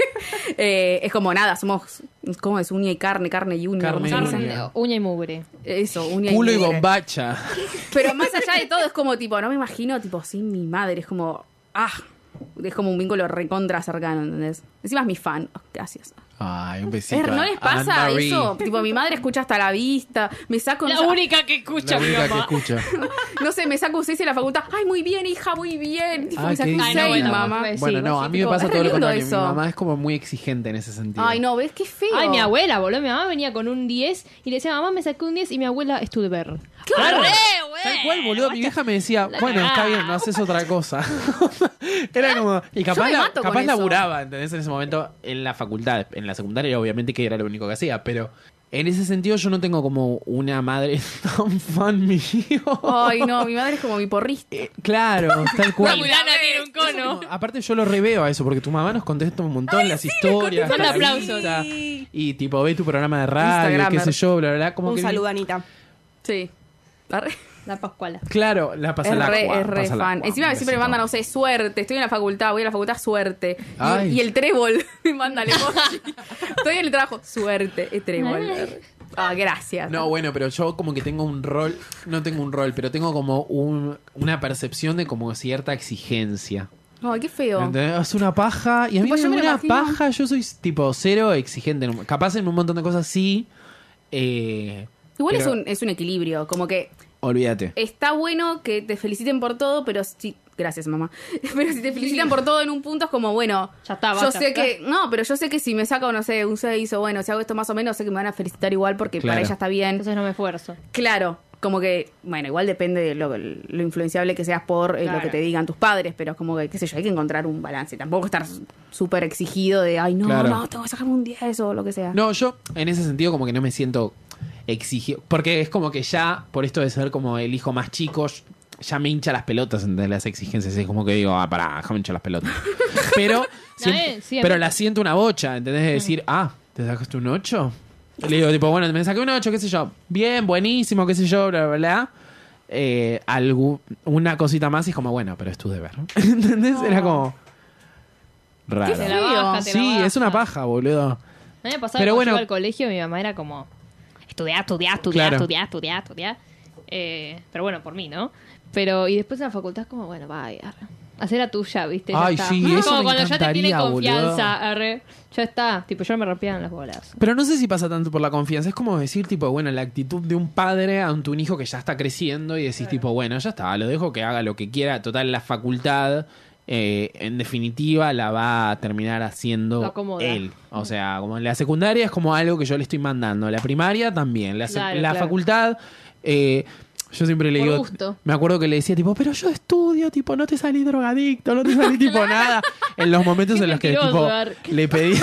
Speaker 2: eh, es como nada, somos. ¿Cómo es? Uña y carne, carne y uña.
Speaker 1: Carne
Speaker 2: ¿cómo se
Speaker 1: y
Speaker 2: dice?
Speaker 1: uña.
Speaker 4: Uña y mugre.
Speaker 2: Eso, uña
Speaker 1: Culo y
Speaker 2: mugre.
Speaker 1: bombacha.
Speaker 2: Pero más allá de todo, es como tipo, no me imagino, tipo, sin mi madre. Es como. ¡Ah! Es como un vínculo recontra cercano, ¿entendés? Encima es mi fan. Oh, gracias.
Speaker 1: Ay, un besito.
Speaker 2: Er, ¿No
Speaker 1: a-
Speaker 2: les
Speaker 1: a
Speaker 2: pasa
Speaker 1: Anne-Marie.
Speaker 2: eso? Tipo, mi madre escucha hasta la vista, me saco...
Speaker 4: La única que escucha
Speaker 1: La
Speaker 4: mi
Speaker 1: única que
Speaker 4: mamá.
Speaker 1: escucha.
Speaker 2: No sé, me saco un 6 en la facultad. Ay, muy bien, hija, muy bien. Tipo,
Speaker 1: Ah,
Speaker 2: me saco
Speaker 1: qué
Speaker 2: un
Speaker 4: Ay,
Speaker 1: divino.
Speaker 4: no,
Speaker 2: 6,
Speaker 4: bueno,
Speaker 2: mamá.
Speaker 4: pues,
Speaker 1: Bueno,
Speaker 4: sí,
Speaker 1: no,
Speaker 2: sí,
Speaker 1: a mí me
Speaker 2: tipo,
Speaker 1: pasa
Speaker 2: es
Speaker 1: todo lo
Speaker 2: lindo
Speaker 1: contrario.
Speaker 2: eso.
Speaker 1: Mi mamá es como muy exigente en ese sentido.
Speaker 2: Ay, no, ¿ves qué feo?
Speaker 4: Ay, mi abuela, boludo. Mi mamá venía con un 10 y le decía, mamá, me sacó un 10 y mi abuela estuve ver. ¡Qué
Speaker 1: Claro. Tal cual, boludo. Mi vieja me decía, bueno, está bien, no haces otra cosa. era como. Y capaz,
Speaker 2: me
Speaker 1: la-
Speaker 2: mato con
Speaker 1: capaz
Speaker 2: eso.
Speaker 1: laburaba, ¿entendés? En ese momento, en la facultad, en la secundaria, obviamente que era lo único que hacía, pero. En ese sentido, yo no tengo como una madre tan fan mío.
Speaker 2: Ay, no, mi madre es como mi porrista.
Speaker 1: Eh, claro, tal cual.
Speaker 4: tiene un cono.
Speaker 1: Aparte yo lo reveo a eso, porque tu mamá nos contesta un montón las historias.
Speaker 4: contesta
Speaker 1: las
Speaker 4: con
Speaker 1: visitas,
Speaker 3: aplausos.
Speaker 1: Y tipo, ve tu programa de radio, qué
Speaker 2: Instagramer.
Speaker 1: sé yo, bla, bla, bla. Como
Speaker 3: Un
Speaker 1: que,
Speaker 3: saludo, Anita.
Speaker 2: Sí. Arre.
Speaker 4: La Pascuala.
Speaker 1: Claro, la pasa
Speaker 2: Es
Speaker 1: la
Speaker 2: re,
Speaker 1: guau,
Speaker 2: es re
Speaker 1: pasa la
Speaker 2: fan.
Speaker 1: guau,
Speaker 2: Encima
Speaker 1: un
Speaker 2: siempre me
Speaker 1: besito.
Speaker 2: mandan, no sé, suerte. Estoy en la facultad, voy a la facultad, suerte. Y,
Speaker 1: Ay.
Speaker 2: y el trébol, me mandan el emoji. Estoy en el trabajo, suerte, es trébol. Arre. Ah, gracias.
Speaker 1: No, bueno, pero yo como que tengo un rol, no tengo un rol, pero tengo como un- una percepción de como cierta exigencia.
Speaker 2: Ay, qué feo.
Speaker 1: ¿Entendés? Es una paja y a mí
Speaker 2: Tipo,
Speaker 1: me
Speaker 2: yo me
Speaker 1: da
Speaker 2: lo
Speaker 1: una
Speaker 2: imagino.
Speaker 1: paja, yo soy tipo cero exigente. en un- Capaz en un montón de cosas sí. eh,
Speaker 2: Igual es
Speaker 1: pero
Speaker 2: un, es un equilibrio, como que
Speaker 1: Olvídate.
Speaker 2: está bueno que te feliciten por todo, pero sí. Gracias, mamá. Pero si te felicitan por todo en un punto es como, bueno,
Speaker 4: Ya está,
Speaker 2: yo
Speaker 4: basta.
Speaker 2: sé que, no, pero yo sé que si me saco, no sé, un 6 o bueno, si hago esto más o menos, sé que me van a felicitar igual porque
Speaker 1: Claro.
Speaker 2: para ella está bien.
Speaker 4: Entonces no me esfuerzo.
Speaker 2: Claro, como que, bueno, igual depende de lo, lo influenciable que seas por eh, lo
Speaker 4: Claro.
Speaker 2: que te digan tus padres, pero es como que, qué sé yo, hay que encontrar un balance. Tampoco estar s- súper exigido de, ay, no,
Speaker 1: Claro.
Speaker 2: no, tengo que sacarme un 10 o lo que sea.
Speaker 1: No, yo en ese sentido como que no me siento exigió. Porque es como que ya, por esto de ser como el hijo más chico, ya me hincha las pelotas entre las exigencias. Es como que digo, ah, pará, déjame hinchar las pelotas. pero, siempre-
Speaker 4: eh, sí, a
Speaker 1: pero
Speaker 4: mí- Mm.
Speaker 1: la siento una bocha, ¿entendés? De decir, ah, ¿te sacaste un 8? Le digo, tipo, bueno, me saqué un 8, qué sé yo. Bien, buenísimo, qué sé yo, bla, bla, bla. Eh, algu- una cosita más y es como, bueno, pero es tu deber. ¿Entendés? Era como... Raro.
Speaker 4: Te la baja, te la
Speaker 1: Sí,
Speaker 4: baja.
Speaker 1: es una paja, boludo.
Speaker 4: A mí me pasaba
Speaker 1: Pero
Speaker 4: cuando
Speaker 1: bueno.
Speaker 4: iba al colegio, mi mamá era como, estudiá, estudiá, estudiá,
Speaker 1: Claro.
Speaker 4: estudiá, estudiá, estudiá. Eh, pero bueno, por mí, ¿no? Pero, y después en la facultad es como, bueno, vaya, hacer la tuya, ¿viste? Ya
Speaker 1: Ay,
Speaker 4: está.
Speaker 1: sí,
Speaker 4: Como
Speaker 1: eso me
Speaker 4: cuando ya te tienen
Speaker 1: encantaría, boludo.
Speaker 4: confianza, arre, ya está. Tipo, yo me rompían las bolas.
Speaker 1: Pero no sé si pasa tanto por la confianza. Es como decir, tipo, bueno, la actitud de un padre ante un hijo que ya está creciendo y decís, tipo, bueno, ya está, lo dejo que haga lo que quiera. Total, la facultad, eh, en definitiva, la va a terminar
Speaker 4: Lo
Speaker 1: haciendo
Speaker 4: acomoda.
Speaker 1: él. O sea, como la secundaria es como algo que yo le estoy mandando. La primaria también. La, sec-
Speaker 4: Claro,
Speaker 1: la
Speaker 4: claro.
Speaker 1: facultad. eh, yo siempre le
Speaker 4: Por
Speaker 1: digo,
Speaker 4: gusto.
Speaker 1: me acuerdo que le decía tipo, pero yo estudio, tipo, no te salí drogadicto, no te salí tipo nada. En los momentos
Speaker 4: Qué
Speaker 1: en los que
Speaker 4: mentiroso,
Speaker 1: tipo,
Speaker 4: Ar.
Speaker 1: le pedí...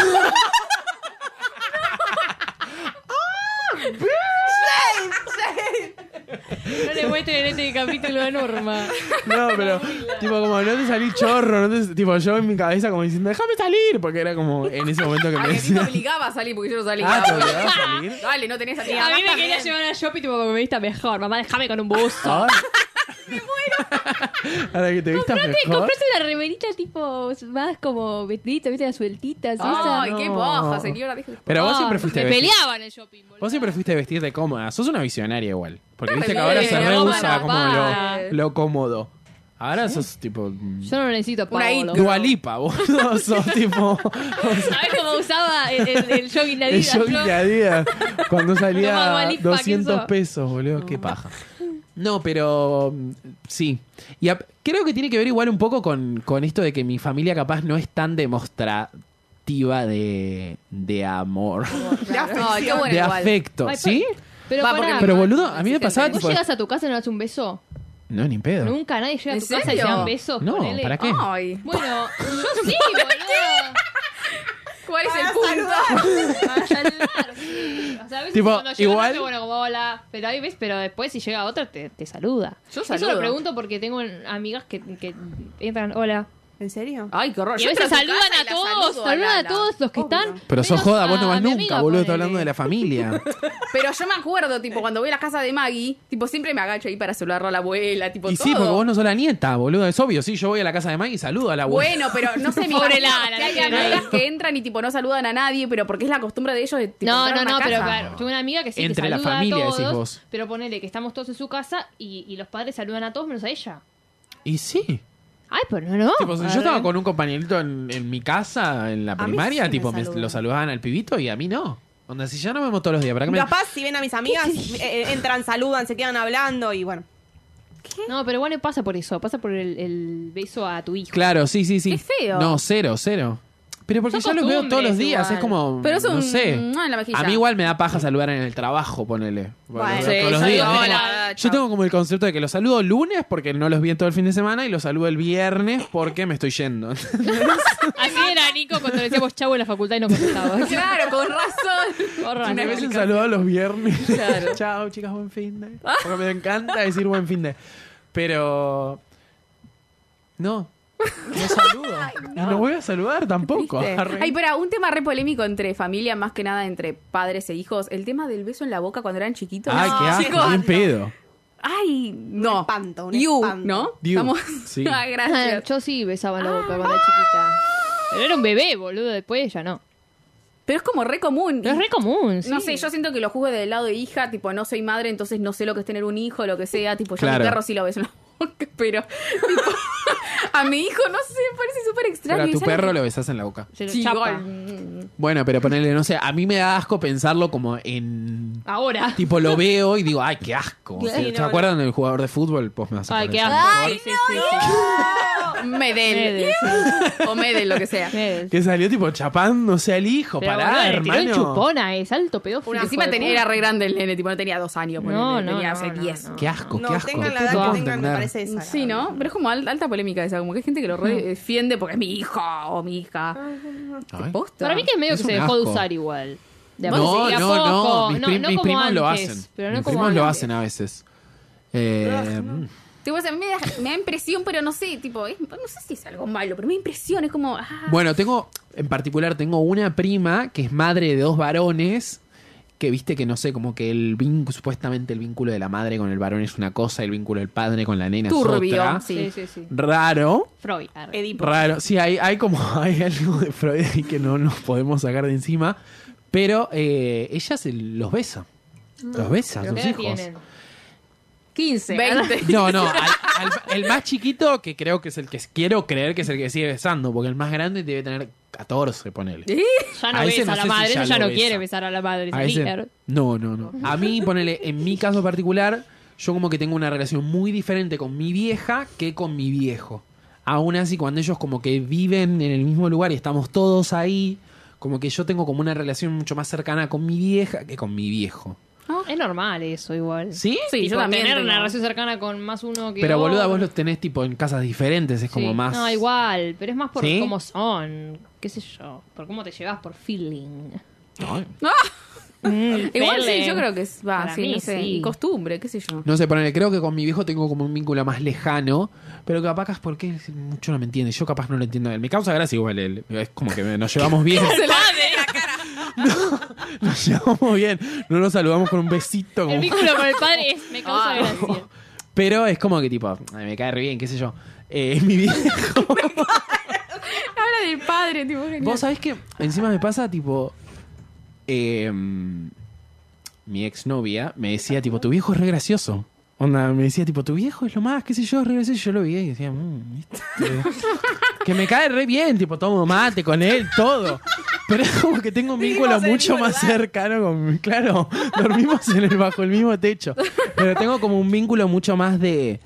Speaker 4: No le muestren este capítulo de Norma.
Speaker 1: No, pero tipo como no te salí chorro, no te- tipo yo en mi cabeza como diciendo, déjame salir, porque era como en ese momento que
Speaker 2: A
Speaker 1: me
Speaker 2: Ah, que a ti te
Speaker 1: decía,
Speaker 2: obligaba a salir porque yo no salía.
Speaker 1: ah, te
Speaker 2: boludo.
Speaker 1: obligaba a salir.
Speaker 2: Dale, no tenés
Speaker 4: Y a mí me quería llevar a shopping tipo, como me vista mejor. Mamá, déjame con un buzo.
Speaker 1: Ay. Ahora que te vistas
Speaker 4: Comprate,
Speaker 1: mejor.
Speaker 4: compraste una remerita tipo, más como vestidita, viste, las sueltitas. esa.
Speaker 2: Ay, qué
Speaker 1: No.
Speaker 2: baja, señora. deje-
Speaker 1: Pero vos
Speaker 4: Ah,
Speaker 1: siempre fuiste
Speaker 4: Me
Speaker 1: vestida-
Speaker 4: peleaba en el shopping, boludo.
Speaker 1: Vos siempre fuiste vestir de cómoda. Sos una visionaria igual. Porque viste que
Speaker 2: sí,
Speaker 1: ahora se
Speaker 2: la goma
Speaker 1: rehúsa
Speaker 4: no
Speaker 1: como
Speaker 4: va.
Speaker 1: lo, lo cómodo. Ahora sos tipo
Speaker 4: Yo no necesito
Speaker 2: Una
Speaker 4: Paolo.
Speaker 2: intro.
Speaker 1: dualipa, boludo. Sos tipo
Speaker 4: ¿Sabes cómo usaba el, el, el jogging de
Speaker 1: el
Speaker 4: Adidas?
Speaker 1: jogging de Adidas cuando
Speaker 4: Tomás
Speaker 1: salía
Speaker 4: Dualipa,
Speaker 1: 200
Speaker 4: ¿quién sos?
Speaker 1: pesos, boludo. Qué paja. No, pero mm, sí. Y ap- creo que tiene que ver igual un poco con, con esto de que mi familia capaz no es tan demostrativa de, de amor,
Speaker 2: Ay, qué bueno
Speaker 1: de
Speaker 2: igual.
Speaker 1: afecto,
Speaker 4: Ay,
Speaker 1: ¿sí?
Speaker 4: Pero
Speaker 2: Va,
Speaker 4: pará,
Speaker 2: porque-
Speaker 1: Pero boludo, a mí me pasaba
Speaker 4: ¿vos
Speaker 1: tipo...
Speaker 4: llegas a tu casa y no das un beso?
Speaker 1: No, ni en pedo.
Speaker 4: Nunca nadie llega a
Speaker 2: ¿En
Speaker 4: tu casa y
Speaker 2: serio?
Speaker 4: se dan besos.
Speaker 1: No,
Speaker 4: ponele.
Speaker 1: ¿para qué?
Speaker 2: Ay,
Speaker 4: Bueno, yo sí, boludo.
Speaker 2: ¿cuál es el punto?
Speaker 4: Para saludar, sí. O sea, a veces
Speaker 1: Tipo,
Speaker 4: cuando llega
Speaker 1: igual-
Speaker 4: uno, bueno, como hola, pero ahí ves, pero después si llega otro te, te saluda.
Speaker 2: Yo
Speaker 4: Eso
Speaker 2: saludo.
Speaker 4: lo pregunto porque tengo amigas que, que entran, hola.
Speaker 3: ¿En serio?
Speaker 1: Ah,
Speaker 2: Ay, qué horror.
Speaker 4: Y
Speaker 2: Yo
Speaker 4: a
Speaker 2: entro
Speaker 4: veces
Speaker 2: su
Speaker 4: saludan
Speaker 2: casa y
Speaker 4: a
Speaker 2: la
Speaker 4: todos,
Speaker 2: saludo,
Speaker 4: saludan a
Speaker 2: Lala.
Speaker 4: todos los que
Speaker 3: Obvio.
Speaker 4: están.
Speaker 1: Pero sos
Speaker 4: menos
Speaker 1: joda, vos no
Speaker 4: a
Speaker 1: vas
Speaker 4: mi
Speaker 1: nunca,
Speaker 4: amiga,
Speaker 1: boludo. Está
Speaker 4: ponele.
Speaker 1: hablando de la familia.
Speaker 2: Pero yo me acuerdo, tipo, cuando voy a la casa de Maggie, tipo, siempre me agacho ahí para saludarlo a la abuela, tipo,
Speaker 1: y
Speaker 2: todo.
Speaker 1: sí, porque vos no sos la nieta, boludo. Es obvio, sí. Yo voy a la casa de Mike y saludo a la abuela.
Speaker 2: Bueno, pero no sé, me
Speaker 4: Pobre
Speaker 2: imagino
Speaker 4: Lara,
Speaker 2: que hay
Speaker 4: no tiene
Speaker 2: amigas
Speaker 4: nada.
Speaker 2: que entran y, tipo, no saludan a nadie, pero porque es la costumbre de ellos de, tipo,
Speaker 4: No,
Speaker 2: entrar a
Speaker 4: no,
Speaker 2: una
Speaker 4: no, pero
Speaker 2: casa.
Speaker 4: claro, tengo una amiga que sí
Speaker 1: Entre
Speaker 4: que
Speaker 1: la
Speaker 4: saluda
Speaker 1: familia,
Speaker 4: a
Speaker 1: decís
Speaker 4: todos,
Speaker 1: vos.
Speaker 4: pero ponele que estamos todos en su casa y, y los padres saludan a todos menos a ella.
Speaker 1: Y sí.
Speaker 4: Ay, pero no, no.
Speaker 1: Tipo, si yo estaba con un compañerito en, en mi casa, en la
Speaker 3: mí
Speaker 1: primaria,
Speaker 3: sí me
Speaker 1: tipo, me-
Speaker 3: saludan.
Speaker 1: lo saludaban al pibito y a mí no. Onda, si ya no me vemos todos los días, ¿para qué me-
Speaker 3: Capaz si ven a mis amigas, eh, eh, entran, saludan, se quedan hablando y bueno.
Speaker 4: No, pero igual no pasa por eso, pasa por el, el beso a tu hijo.
Speaker 1: Claro, sí, sí,
Speaker 2: Qué
Speaker 1: sí.
Speaker 2: feo.
Speaker 1: No, cero, cero. Pero porque
Speaker 4: Son
Speaker 1: yo los veo todos los
Speaker 4: costumbres
Speaker 1: días,
Speaker 4: igual.
Speaker 1: es como.
Speaker 2: Pero es
Speaker 1: no
Speaker 2: un-
Speaker 1: sé.
Speaker 2: no, en la mejilla.
Speaker 1: a mí igual me da paja saludar en el trabajo, ponele.
Speaker 3: Bueno,
Speaker 1: Los
Speaker 3: sí,
Speaker 1: veo todos los
Speaker 2: yo
Speaker 1: días.
Speaker 2: digo,
Speaker 1: es como-
Speaker 2: "Hola,
Speaker 1: yo
Speaker 2: chao".
Speaker 1: tengo como el concepto de que los saludo lunes porque no los vi en todo el fin de semana y los saludo el viernes porque me estoy yendo.
Speaker 4: Así era Nico cuando le decíamos chavo en la facultad y no contestaba.
Speaker 2: Claro, con razón.
Speaker 4: Borra,
Speaker 1: Me
Speaker 4: ¿no?
Speaker 1: hubiesen saludado los viernes.
Speaker 2: Claro.
Speaker 1: Chao, chicas, buen fin de. Porque me encanta decir buen fin de. Pero. No. No saludo. Y no. voy a saludar tampoco.
Speaker 2: ¿Viste?
Speaker 1: Arre.
Speaker 2: Ay, pero un tema re polémico entre familia, más que nada entre padres e hijos. El tema del beso en la boca cuando eran chiquitos.
Speaker 1: Ay, qué asco,
Speaker 2: Chicos,
Speaker 1: bien pedo.
Speaker 2: Ay, no.
Speaker 3: espanto, un
Speaker 2: you,
Speaker 3: espanto.
Speaker 2: ¿no?
Speaker 1: You,
Speaker 2: Estamos.
Speaker 1: sí.
Speaker 2: Ah,
Speaker 4: Ah,
Speaker 2: gracias.
Speaker 4: Yo sí besaba en la boca cuando era chiquita. Pero era un bebé, boludo, después ella no.
Speaker 2: Pero es como re común.
Speaker 4: Pero es re común, sí.
Speaker 2: No sé, yo siento que lo juzgo del lado de hija, tipo, no soy madre, entonces no sé lo que es tener un hijo, lo que sea, tipo, yo a
Speaker 1: Claro.
Speaker 2: mi perro sí lo beso en la boca, pero tipo, a mi hijo, no sé, me parece súper
Speaker 1: Pero
Speaker 2: extraño.
Speaker 1: a
Speaker 2: y
Speaker 1: tu
Speaker 2: es algo
Speaker 1: perro
Speaker 2: que-
Speaker 1: lo besás en la boca.
Speaker 4: Se lo
Speaker 2: Sí,
Speaker 4: chapa.
Speaker 2: igual.
Speaker 1: Bueno, pero ponerle, no sé, a mí me da asco pensarlo como en.
Speaker 4: Ahora.
Speaker 1: Tipo, lo veo y digo, ay, qué asco.
Speaker 3: Sí,
Speaker 1: ¿Se,
Speaker 3: no,
Speaker 1: ¿se
Speaker 3: no.
Speaker 1: acuerdan del jugador de fútbol? Pues me vas a
Speaker 4: Ay,
Speaker 1: poner
Speaker 4: qué
Speaker 1: eso.
Speaker 4: asco. Ay, sí, sí, sí.
Speaker 2: Medel.
Speaker 4: Medel, sí.
Speaker 2: O Medel, lo que sea.
Speaker 4: Medel.
Speaker 1: Que salió tipo chapándose al hijo.
Speaker 4: Pero
Speaker 1: Pará,
Speaker 4: boludo, le tiró
Speaker 1: hermano.
Speaker 4: el chupona, es alto pedófilo.
Speaker 2: Bueno,
Speaker 4: hijo
Speaker 2: encima
Speaker 4: de
Speaker 2: tenía,
Speaker 4: puta.
Speaker 2: era re grande el nene, tipo, no tenía dos años, ponele,
Speaker 4: No, no,
Speaker 2: tenía
Speaker 4: no,
Speaker 2: hace
Speaker 4: no,
Speaker 2: diez.
Speaker 4: no.
Speaker 1: Qué asco,
Speaker 3: No,
Speaker 1: qué asco.
Speaker 3: tengan la
Speaker 1: No
Speaker 3: edad
Speaker 1: puedo
Speaker 3: que tengan, me
Speaker 1: entender.
Speaker 3: parece desagradable.
Speaker 2: Sí, ¿no? Pero es como al- alta polémica esa, como que hay gente que lo re defiende porque es mi hijo o mi hija.
Speaker 1: Ay.
Speaker 4: Ah,
Speaker 2: Posta.
Speaker 4: Para mí que es medio
Speaker 1: Es
Speaker 4: que se
Speaker 1: un
Speaker 4: dejó de
Speaker 1: asco.
Speaker 4: usar igual. De a
Speaker 1: no,
Speaker 4: poco, de a
Speaker 1: no, no,
Speaker 4: poco.
Speaker 1: mis, prim- mis
Speaker 4: como
Speaker 1: primos lo
Speaker 4: antes,
Speaker 1: hacen.
Speaker 4: Pero no
Speaker 1: mis
Speaker 4: como
Speaker 1: primos lo
Speaker 4: antes.
Speaker 1: hacen a veces. Eh, mm.
Speaker 2: Tipo, o sea, me, da, me da impresión, pero no sé, tipo, es- no sé si es algo malo, pero me da impresión, es como... ah.
Speaker 1: Bueno, tengo, en particular, tengo una prima que es madre de dos varones. Que viste que no sé, como que el vínculo, supuestamente el vínculo de la madre con el varón es una cosa, el vínculo del padre con la nena
Speaker 2: Turbio,
Speaker 1: es otra.
Speaker 2: sí.
Speaker 4: Sí, sí, sí.
Speaker 1: Raro.
Speaker 4: Freud. arre.
Speaker 2: Eh,
Speaker 3: Edipo.
Speaker 1: Raro, sí, hay, hay como hay algo de Freud ahí que no nos podemos sacar de encima, pero eh, ella se los besa. Los besa a
Speaker 4: ¿Pero
Speaker 1: sus
Speaker 4: qué edad
Speaker 1: hijos.
Speaker 4: tienen? 15.
Speaker 2: 20.
Speaker 1: No, no, al- al- el más chiquito que creo que es el que quiero creer que es el que sigue besando, porque el más grande debe tener 14, ponele.
Speaker 4: Ya no
Speaker 1: A ese
Speaker 4: besa
Speaker 1: no
Speaker 4: a la
Speaker 1: sé si
Speaker 4: madre,
Speaker 1: ya
Speaker 4: ella
Speaker 1: lo
Speaker 4: no
Speaker 1: besa.
Speaker 4: quiere besar a la madre.
Speaker 1: A
Speaker 4: sí,
Speaker 1: ese-
Speaker 4: claro.
Speaker 1: no, no, no. A mí, ponele, en mi caso particular, yo como que tengo una relación muy diferente con mi vieja que con mi viejo. Aún así, cuando ellos como que viven en el mismo lugar y estamos todos ahí, como que yo tengo como una relación mucho más cercana con mi vieja que con mi viejo.
Speaker 4: Es normal eso igual.
Speaker 1: ¿Sí?
Speaker 2: Sí, yo
Speaker 4: Tipo,
Speaker 2: también
Speaker 4: Tener
Speaker 2: tengo-
Speaker 4: una relación cercana con más uno que
Speaker 1: Pero boluda,
Speaker 4: otro.
Speaker 1: vos los tenés tipo en casas diferentes, es
Speaker 4: Sí.
Speaker 1: como más...
Speaker 4: No, igual, pero es más por
Speaker 1: ¿Sí?
Speaker 4: cómo son, qué sé yo, por cómo te llevas, por feeling.
Speaker 1: No,
Speaker 2: Igual sí, yo creo que es, va,
Speaker 4: Para
Speaker 2: sí,
Speaker 4: mí,
Speaker 2: no sé,
Speaker 4: sí.
Speaker 2: costumbre, qué sé yo.
Speaker 1: No sé, ponele, creo que con mi viejo tengo como un vínculo más lejano, pero capaz que es porque mucho no me entiende, yo capaz no lo entiendo a él. Me causa gracia igual él, es como que me- nos llevamos bien. No, nos llevamos bien, no nos saludamos con un besito.
Speaker 4: El
Speaker 1: como-
Speaker 4: vínculo con el padre es, me causa
Speaker 2: Ah.
Speaker 4: gracia.
Speaker 1: Pero es como que tipo, ay, me cae re bien, qué sé yo. Eh, mi viejo.
Speaker 2: Habla del padre, tipo, genial.
Speaker 1: Vos sabés que encima me pasa tipo... eh, mi exnovia me decía tipo, tu viejo es re gracioso. Onda, me decía tipo, tu viejo es lo más, qué sé yo, es re gracioso. Y Yo lo vi y decía, "Mm, este". que me cae re bien, tipo, tomo mate con él, todo. Pero es como que tengo un vínculo
Speaker 2: Vivimos en el
Speaker 1: mucho
Speaker 2: mismo
Speaker 1: más cercano con mi- Claro, dormimos en el, bajo el mismo techo. Pero tengo como un vínculo mucho más de...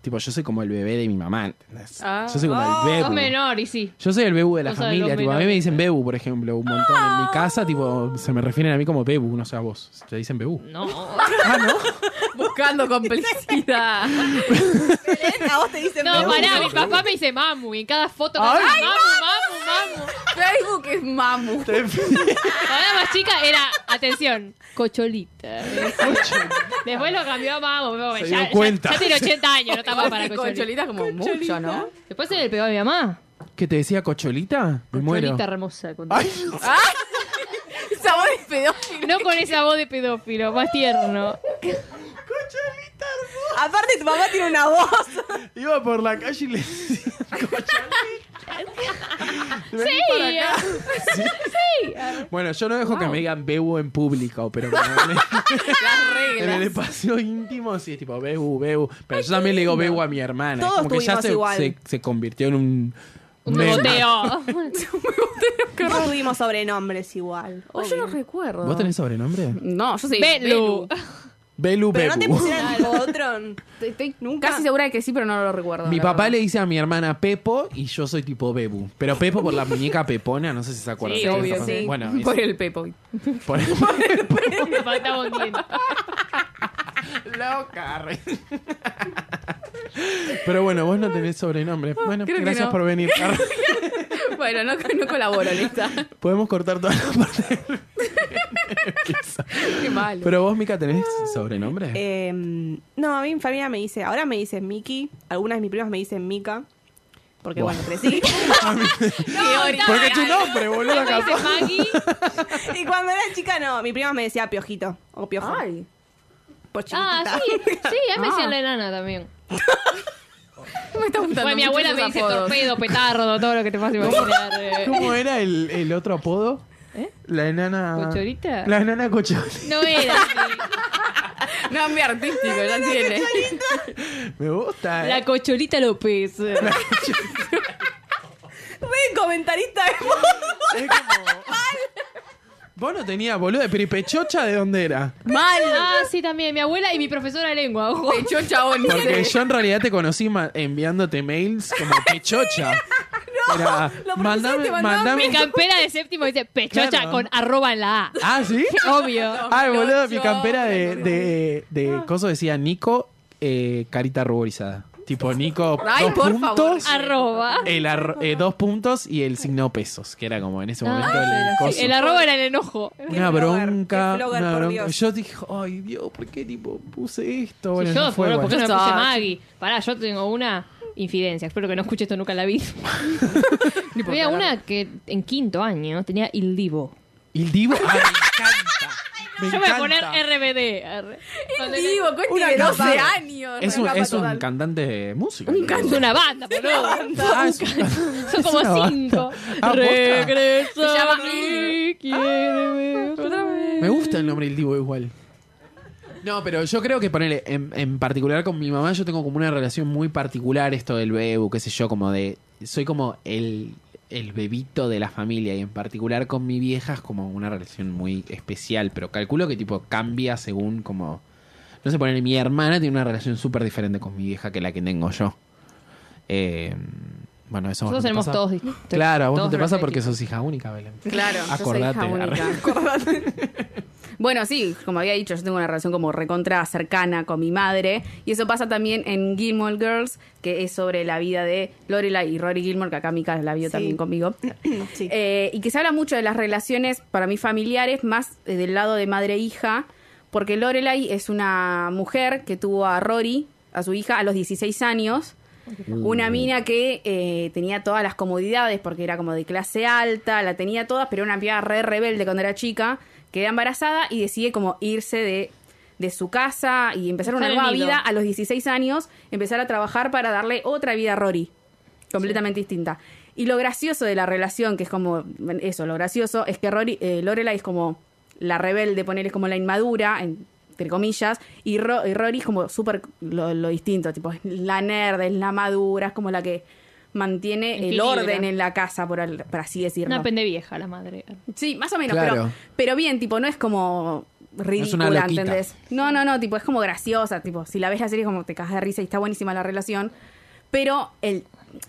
Speaker 1: Tipo, yo soy como el bebé de mi mamá, ¿entendés?
Speaker 2: Ah.
Speaker 1: yo soy como el bebé.
Speaker 4: Sos menor y sí.
Speaker 1: Yo soy el Bebu de la
Speaker 4: O sea,
Speaker 1: familia,
Speaker 4: los
Speaker 1: tipo, a mí me
Speaker 4: menores.
Speaker 1: dicen Bebu, por ejemplo, un montón. En mi casa, tipo, se me refieren a mí como Bebu, no sé a vos. Te dicen Bebu.
Speaker 4: No.
Speaker 1: Ah, ¿no?
Speaker 2: buscando complicidad.
Speaker 3: A vos te dicen
Speaker 4: No, pará, mi papá me dice mamu y en cada foto me dice mamu, mamu, mamu.
Speaker 2: Facebook es mamu.
Speaker 4: Cuando era más chica era, atención, cocholita. Después lo cambió a mamu. pero
Speaker 1: Se
Speaker 4: ya,
Speaker 1: dio
Speaker 4: ya-
Speaker 1: cuenta.
Speaker 4: ya tiene 80 años, no está más para
Speaker 2: Porque
Speaker 4: cocholita.
Speaker 2: Concholita es como mucho, ¿no?
Speaker 4: Después se le pegó a mi mamá.
Speaker 1: ¿Que te decía Cocholita? Me muero.
Speaker 4: Cocholita hermosa. con-
Speaker 1: Ay,
Speaker 2: Ah, Esa voz de pedófilo.
Speaker 4: No con esa voz de pedófilo, más tierno.
Speaker 3: Aparte, tu mamá tiene una voz.
Speaker 1: iba por la calle y le decía Cocholita. Vení para
Speaker 4: Sí,
Speaker 1: acá. Bueno, yo no dejo que me digan Bebu en público, pero en
Speaker 2: Las
Speaker 1: el, en el
Speaker 2: reglas.
Speaker 1: espacio íntimo sí es tipo Bebu, Bebu. Pero yo también le digo Bebu a mi hermana. Es
Speaker 3: Todos
Speaker 1: como que ya
Speaker 3: tuvimos
Speaker 1: se,
Speaker 3: igual.
Speaker 1: se, se convirtió en un...
Speaker 4: un
Speaker 1: meme.
Speaker 4: boteo.
Speaker 3: Todos tuvimos sobrenombres igual.
Speaker 2: Oh, yo no recuerdo.
Speaker 1: ¿Vos tenés sobrenombre?
Speaker 2: No, yo soy
Speaker 4: Belu.
Speaker 1: Belu
Speaker 3: Pero no te
Speaker 1: Bebu.
Speaker 3: pusieron tipo otro.
Speaker 2: Estoy
Speaker 3: Nunca.
Speaker 4: Ah.
Speaker 2: casi segura de que sí, pero no lo recuerdo.
Speaker 1: Mi
Speaker 2: la
Speaker 1: papá
Speaker 2: verdad.
Speaker 1: le dice a mi hermana Pepo y yo soy tipo Bebu. Pero Pepo por la muñeca Pepona, no sé si se acuerdan.
Speaker 4: Sí,
Speaker 1: de esa
Speaker 2: Obvio,
Speaker 1: cosa.
Speaker 2: sí.
Speaker 1: Bueno,
Speaker 2: Por
Speaker 1: es-
Speaker 2: el Pepo.
Speaker 1: por el-
Speaker 4: Me faltaba un diente.
Speaker 1: Loca, re. Pero bueno, vos no tenés sobrenombre. Bueno,
Speaker 2: creo que
Speaker 1: gracias
Speaker 2: no.
Speaker 1: por venir.
Speaker 2: Bueno, no, no colaboro en esta.
Speaker 1: Podemos cortar toda la parte.
Speaker 2: Qué malo.
Speaker 1: Pero vos, Mica, ¿tenés sobrenombre?
Speaker 3: Eh, no, a mí mi familia me dice, ahora me dicen Miki, algunas de mis primas me dicen Mika, porque
Speaker 1: Buah.
Speaker 3: bueno, crecí.
Speaker 1: Porque tu nombre, boludo,
Speaker 4: Me dice
Speaker 1: capaz.
Speaker 4: Maggie.
Speaker 3: y cuando era chica, no, mi prima me decía Piojito o Piojo,
Speaker 2: Ay.
Speaker 3: por chiquitita.
Speaker 4: Ah, sí. Sí, a mí me decían la enana también.
Speaker 2: Me está gustando.
Speaker 4: Bueno, mi
Speaker 2: mucho
Speaker 4: abuela
Speaker 2: esos
Speaker 4: me dice
Speaker 2: apodos.
Speaker 4: torpedo, petardo, todo lo que te pase imaginar. eh.
Speaker 1: ¿Cómo era el, el otro apodo?
Speaker 4: ¿Eh?
Speaker 1: La enana.
Speaker 4: ¿Cocholita?
Speaker 1: La enana Cocholita.
Speaker 4: No era así.
Speaker 2: No, mi artístico, ya tiene.
Speaker 1: Me gusta. eh.
Speaker 4: La cocholita López.
Speaker 3: Re comentarista de
Speaker 1: Es como- Vos no tenías, boludo, pero ¿y Pechocha de dónde era?
Speaker 2: Mal.
Speaker 4: Ah, sí, también. Mi abuela y mi profesora de lengua, ojo.
Speaker 2: Echó chabón.
Speaker 1: Porque yo en realidad te conocí ma- enviándote mails como Pechocha. Era,
Speaker 2: lo
Speaker 1: mandame,
Speaker 2: propusiste, mandame".
Speaker 4: Mi campera de séptimo dice pechocha
Speaker 1: Claro.
Speaker 4: con arroba en la A.
Speaker 1: Ah, ¿sí?
Speaker 4: Obvio.
Speaker 1: Ay, boludo, mi
Speaker 2: Pechocha.
Speaker 1: campera de, de, de coso decía Nico, eh, carita ruborizada. Tipo Nico,
Speaker 2: Ay,
Speaker 1: dos
Speaker 2: por
Speaker 1: puntos.
Speaker 2: favor.
Speaker 4: Arroba.
Speaker 1: El ar- eh, dos puntos y el signo pesos, que era como en ese este momento el coso.
Speaker 4: El arroba Ah, era el enojo.
Speaker 1: Una
Speaker 3: Qué flogger,
Speaker 1: bronca.
Speaker 3: qué flogger,
Speaker 1: una
Speaker 3: por
Speaker 1: bronca.
Speaker 3: Dios.
Speaker 1: Yo dije, ay Dios, ¿por qué tipo puse esto?
Speaker 4: Si
Speaker 1: Bueno,
Speaker 4: yo,
Speaker 1: no fue
Speaker 4: bueno, ¿por qué
Speaker 1: bueno.
Speaker 4: no me puse
Speaker 2: Exacto.
Speaker 4: Maggie? Pará, yo tengo una infidencia. Espero que no escuche esto nunca en la vida. Había una que en quinto año tenía Il Divo.
Speaker 1: Y el divo, ay, me encanta. Me
Speaker 4: Yo voy a poner
Speaker 1: encanta.
Speaker 4: RBD. arre. Cuando era-
Speaker 2: Divo, Conti
Speaker 3: Una
Speaker 2: de 12
Speaker 3: capada.
Speaker 2: años.
Speaker 1: Es un,
Speaker 2: recapa
Speaker 1: es un
Speaker 2: total.
Speaker 1: cantante de música.
Speaker 4: Es una banda, boludo.
Speaker 1: Ah, es-
Speaker 4: Son como
Speaker 1: es una banda.
Speaker 4: cinco.
Speaker 1: Ah, posta.
Speaker 4: Regresa.
Speaker 2: Se llama
Speaker 4: a mí,
Speaker 2: Il.
Speaker 4: quiéreme otra vez.
Speaker 1: Me gusta el nombre del Divo igual. No, pero yo creo que ponerle, en, en particular con mi mamá, yo tengo como una relación muy particular esto del bebu, qué sé yo, como de. Soy como el, el bebito de la familia y en particular con mi vieja es como una relación muy especial, pero calculo que tipo cambia según como. No sé, poner mi hermana tiene una relación súper diferente con mi vieja que la que tengo yo. Eh, bueno, eso a vos
Speaker 4: Nosotros
Speaker 1: no te
Speaker 4: tenemos
Speaker 1: pasa.
Speaker 4: todos distintos.
Speaker 1: Claro, a vos no
Speaker 4: todos
Speaker 1: te pasa
Speaker 4: relaciones
Speaker 1: porque
Speaker 4: distintas.
Speaker 1: sos hija única, Belén.
Speaker 2: Claro,
Speaker 1: Acordate,
Speaker 2: yo soy hija única.
Speaker 1: arre.
Speaker 2: Bueno, sí, como había dicho, yo tengo una relación como recontra cercana con mi madre. Y eso pasa también en Gilmore Girls, que es sobre la vida de Lorelai y Rory Gilmore, que acá Mika la vio
Speaker 3: Sí.
Speaker 2: también conmigo.
Speaker 3: Sí.
Speaker 2: Eh, y que se habla mucho de las relaciones, para mí, familiares, más eh, del lado de madre-hija, porque Lorelai es una mujer que tuvo a Rory, a su hija, a los 16 años. Una mina que eh, tenía todas las comodidades porque era como de clase alta, la tenía todas, pero era una piba re rebelde cuando era chica, queda embarazada y decide como irse de, de su casa y empezar una
Speaker 4: Dejar el
Speaker 2: nueva
Speaker 4: nido.
Speaker 2: vida a los 16 años, empezar a trabajar para darle otra vida a Rory completamente distinta. Y lo gracioso de la relación, que es como bueno, eso, lo gracioso, es que Rory, eh, Lorelai es como la rebelde, ponerle como la inmadura, en- entre comillas, y, Ro- y Rory es como súper lo, lo distinto, tipo, es la nerd, es la madura, es como la que mantiene el
Speaker 4: Equilibra.
Speaker 2: orden en la casa, por, al- por así decirlo.
Speaker 4: Una pendevieja la madre.
Speaker 2: Sí, más o menos,
Speaker 1: Claro.
Speaker 2: pero, pero bien, tipo, no es como ridícula,
Speaker 1: una loquita.
Speaker 2: ¿entendés? No, no, no, tipo, es como graciosa, tipo, si la ves la serie es como te cagas de risa y está buenísima la relación, pero el,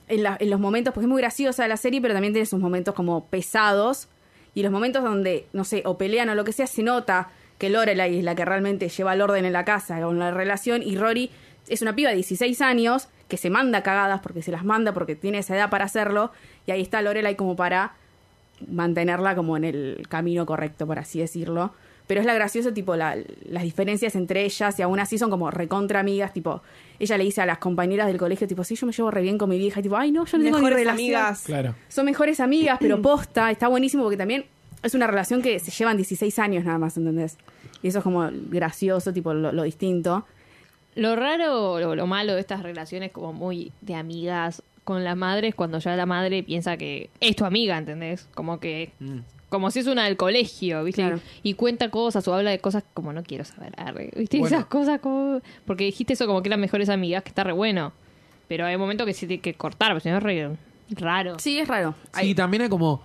Speaker 2: en, la- en los momentos, porque es muy graciosa la serie, pero también tiene sus momentos como pesados y los momentos donde, no sé, o pelean o lo que sea, se nota que Lorelai es la que realmente lleva el orden en la casa, con la relación, y Rory es una piba de 16 años que se manda cagadas porque se las manda porque tiene esa edad para hacerlo, y ahí está Lorelai como para mantenerla como en el camino correcto, por así decirlo. Pero es la graciosa, tipo, la- las diferencias entre ellas, y aún así son como recontra amigas, tipo, ella le dice a las compañeras del colegio, tipo, sí, yo me llevo re bien con mi vieja, y tipo, ay, no, yo no tengo ni
Speaker 3: Mejores
Speaker 2: relación".
Speaker 3: amigas.
Speaker 1: Claro.
Speaker 2: Son mejores amigas, pero posta, está buenísimo porque también es una relación que se llevan 16 años nada más, ¿entendés? Y eso es como gracioso, tipo, lo, lo distinto.
Speaker 4: Lo raro o lo, lo malo de estas relaciones como muy de amigas con la madre es cuando ya la madre piensa que es tu amiga, ¿entendés? Como que... Como si es una del colegio, ¿viste?
Speaker 2: Claro.
Speaker 4: Y cuenta cosas o habla de cosas como no quiero saber, arre, ¿viste?
Speaker 1: Bueno.
Speaker 4: Esas cosas como... Porque dijiste eso como que eran mejores amigas, que está re bueno. Pero hay momentos que se tiene que cortar, porque si no es re raro.
Speaker 2: Sí, es raro.
Speaker 1: Sí, también hay como.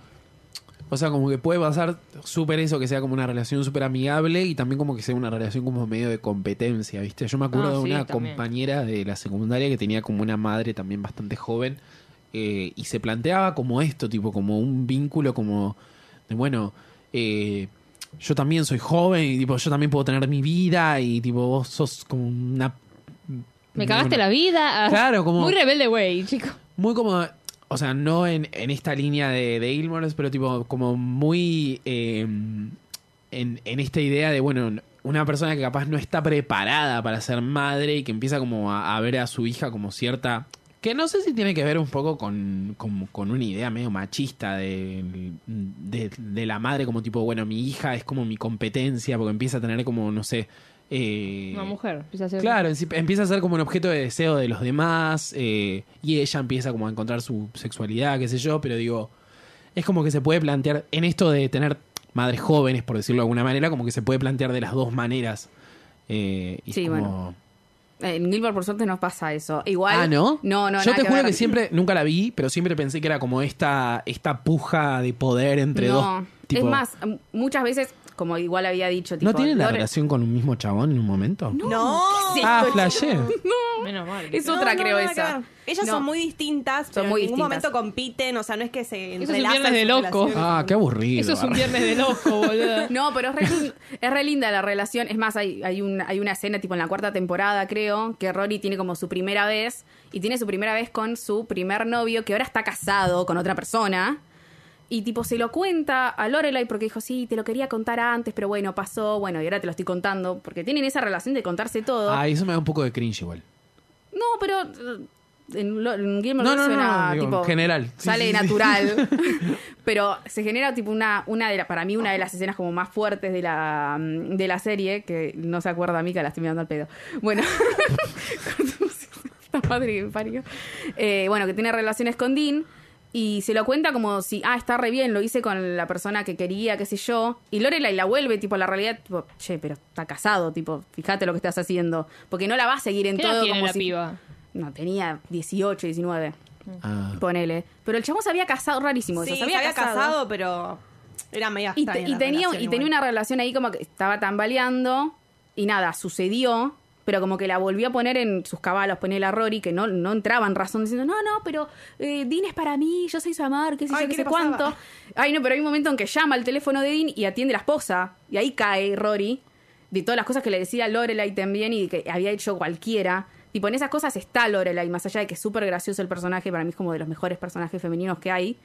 Speaker 1: O sea, como que puede pasar súper eso, que sea como una relación súper amigable y también como que sea una relación como medio de competencia, ¿viste? Yo me acuerdo
Speaker 4: Ah,
Speaker 1: de
Speaker 4: sí,
Speaker 1: una
Speaker 4: también.
Speaker 1: compañera de la secundaria que tenía como una madre también bastante joven eh, y se planteaba como esto, tipo, como un vínculo como de, bueno, eh, yo también soy joven y tipo, yo también puedo tener mi vida y tipo, vos sos como una...
Speaker 4: Me cagaste
Speaker 1: una-
Speaker 4: la vida. ah.
Speaker 1: Claro, como-
Speaker 4: Muy rebelde, güey, chico.
Speaker 1: muy como. O sea, no en, en esta línea de, de Gilmore, pero tipo, como muy. eh, en, en esta idea de, bueno, una persona que capaz no está preparada para ser madre y que empieza como a, a ver a su hija como cierta. Que no sé si tiene que ver un poco con, con, con una idea medio machista de, de, de la madre, como tipo, bueno, mi hija es como mi competencia, porque empieza a tener como, no sé. eh,
Speaker 4: Una mujer. pues, empieza a ser-
Speaker 1: Claro, en sí- empieza a ser como un objeto de deseo de los demás eh, y ella empieza como a encontrar su sexualidad, qué sé yo, pero digo, es como que se puede plantear en esto de tener madres jóvenes, por decirlo de alguna manera, como que se puede plantear de las dos maneras. eh, y es
Speaker 2: Sí,
Speaker 1: como-
Speaker 2: bueno. En Gilbert, por suerte, no pasa eso. Igual.
Speaker 1: Ah, ¿no?
Speaker 2: No, no,
Speaker 1: Yo
Speaker 2: nada
Speaker 1: te juro
Speaker 2: ver.
Speaker 1: que, siempre, nunca la vi, pero siempre pensé que era como esta, esta puja de poder entre
Speaker 2: No.
Speaker 1: dos.
Speaker 2: Es
Speaker 1: tipo-
Speaker 2: más, m- muchas veces, como igual había dicho, tipo,
Speaker 1: ¿No tienen la
Speaker 2: Lore-
Speaker 1: relación con un mismo chabón en un momento?
Speaker 3: No.
Speaker 2: Sí.
Speaker 1: Ah, flashé.
Speaker 2: No,
Speaker 4: Menos mal.
Speaker 5: Es
Speaker 3: No,
Speaker 5: otra,
Speaker 3: no,
Speaker 5: creo,
Speaker 3: nada que
Speaker 5: esa.
Speaker 3: ver. Ellas
Speaker 5: No.
Speaker 3: son muy distintas, pero
Speaker 5: muy
Speaker 3: en ningún momento
Speaker 5: distintas.
Speaker 3: compiten, o sea, no es que se
Speaker 4: un
Speaker 3: entrelazan
Speaker 4: viernes de
Speaker 3: sus
Speaker 4: loco.
Speaker 3: relaciones.
Speaker 1: Ah, qué aburrido.
Speaker 4: Eso es un viernes de loco, boludo.
Speaker 5: No, pero es re, lin- es re linda la relación. Es más, hay, hay, un- hay una escena tipo en la cuarta temporada, creo, que Rory tiene como su primera vez y tiene su primera vez con su primer novio, que ahora está casado con otra persona. Y tipo se lo cuenta a Lorelai porque dijo, sí, te lo quería contar antes, pero bueno, pasó, bueno, y ahora te lo estoy contando. Porque tienen esa relación de contarse todo.
Speaker 1: Ah, eso me da un poco de cringe igual.
Speaker 5: No, pero eh, en, lo- en Gilmore
Speaker 1: No, no,
Speaker 5: Girls
Speaker 1: no,
Speaker 5: suena,
Speaker 1: no, digo,
Speaker 5: tipo,
Speaker 1: en general. Sí,
Speaker 5: sale
Speaker 1: sí, sí.
Speaker 5: natural. pero se genera tipo una, una de la- para mí una de las escenas como más fuertes de la, mm, de la serie, que no se acuerda a mí que la estoy mirando al pedo. Bueno, esta madre que me parió. Eh, bueno, que tiene relaciones con Dean. Y se lo cuenta como si, ah, está re bien, lo hice con la persona que quería, qué sé yo. Y Lorelai la vuelve, tipo, a la realidad, tipo, che, pero está casado, tipo, fíjate lo que estás haciendo. Porque no la va a seguir en
Speaker 4: ¿Qué edad
Speaker 5: todo
Speaker 4: tiene
Speaker 5: como
Speaker 4: la
Speaker 5: si-
Speaker 4: piba?
Speaker 5: no, tenía 18, 19.
Speaker 1: Ah.
Speaker 5: Ponele. Pero el chamo se había casado, rarísimo
Speaker 3: Sí,
Speaker 5: eso.
Speaker 3: se había, casado, pero era media
Speaker 5: y, te-
Speaker 3: extraña
Speaker 5: y
Speaker 3: la
Speaker 5: tenía,
Speaker 3: relación
Speaker 5: y tenía
Speaker 3: igual.
Speaker 5: una relación ahí como que estaba tambaleando y nada, sucedió, pero como que la volvió a poner en sus cabalos, ponele a Rory, que no, no entraba en razón diciendo, no, no, pero eh, Dean es para mí, yo soy su amor, qué sé
Speaker 3: Ay,
Speaker 5: yo,
Speaker 3: ¿qué
Speaker 5: qué sé
Speaker 3: le pasaba?
Speaker 5: cuánto. Ay, no, pero hay un momento en que llama el teléfono de Dean y atiende la esposa, y ahí cae Rory, de todas las cosas que le decía Lorelai también y que había hecho cualquiera. Tipo, en esas cosas está Lorelai, más allá de que es súper gracioso el personaje, para mí es como de los mejores personajes femeninos que hay.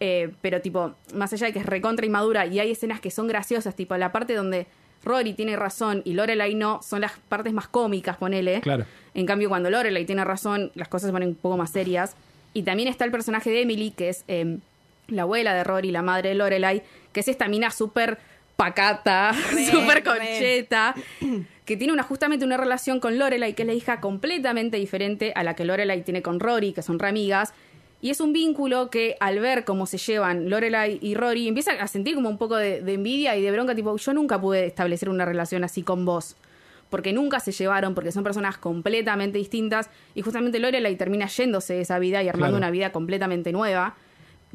Speaker 5: Eh, pero tipo, más allá de que es recontra inmadura y hay escenas que son graciosas, tipo la parte donde Rory tiene razón y Lorelai no, son las partes más cómicas, ponele.
Speaker 1: Claro.
Speaker 5: En cambio, cuando Lorelai tiene razón, las cosas se ponen un poco más serias. Y también está el personaje de Emily, que es eh, la abuela de Rory, la madre de Lorelai, que es esta mina súper pacata,
Speaker 3: Re,
Speaker 5: súper
Speaker 3: re.
Speaker 5: concheta, que tiene una, justamente una relación con Lorelai, que es la hija completamente diferente a la que Lorelai tiene con Rory, que son re amigas. Y es un vínculo que al ver cómo se llevan Lorelai y Rory, empiezan a sentir como un poco de, de envidia y de bronca, tipo, yo nunca pude establecer una relación así con vos porque nunca se llevaron, porque son personas completamente distintas. Y justamente Lorelai termina yéndose de esa vida y armando
Speaker 1: Claro.
Speaker 5: una vida completamente nueva.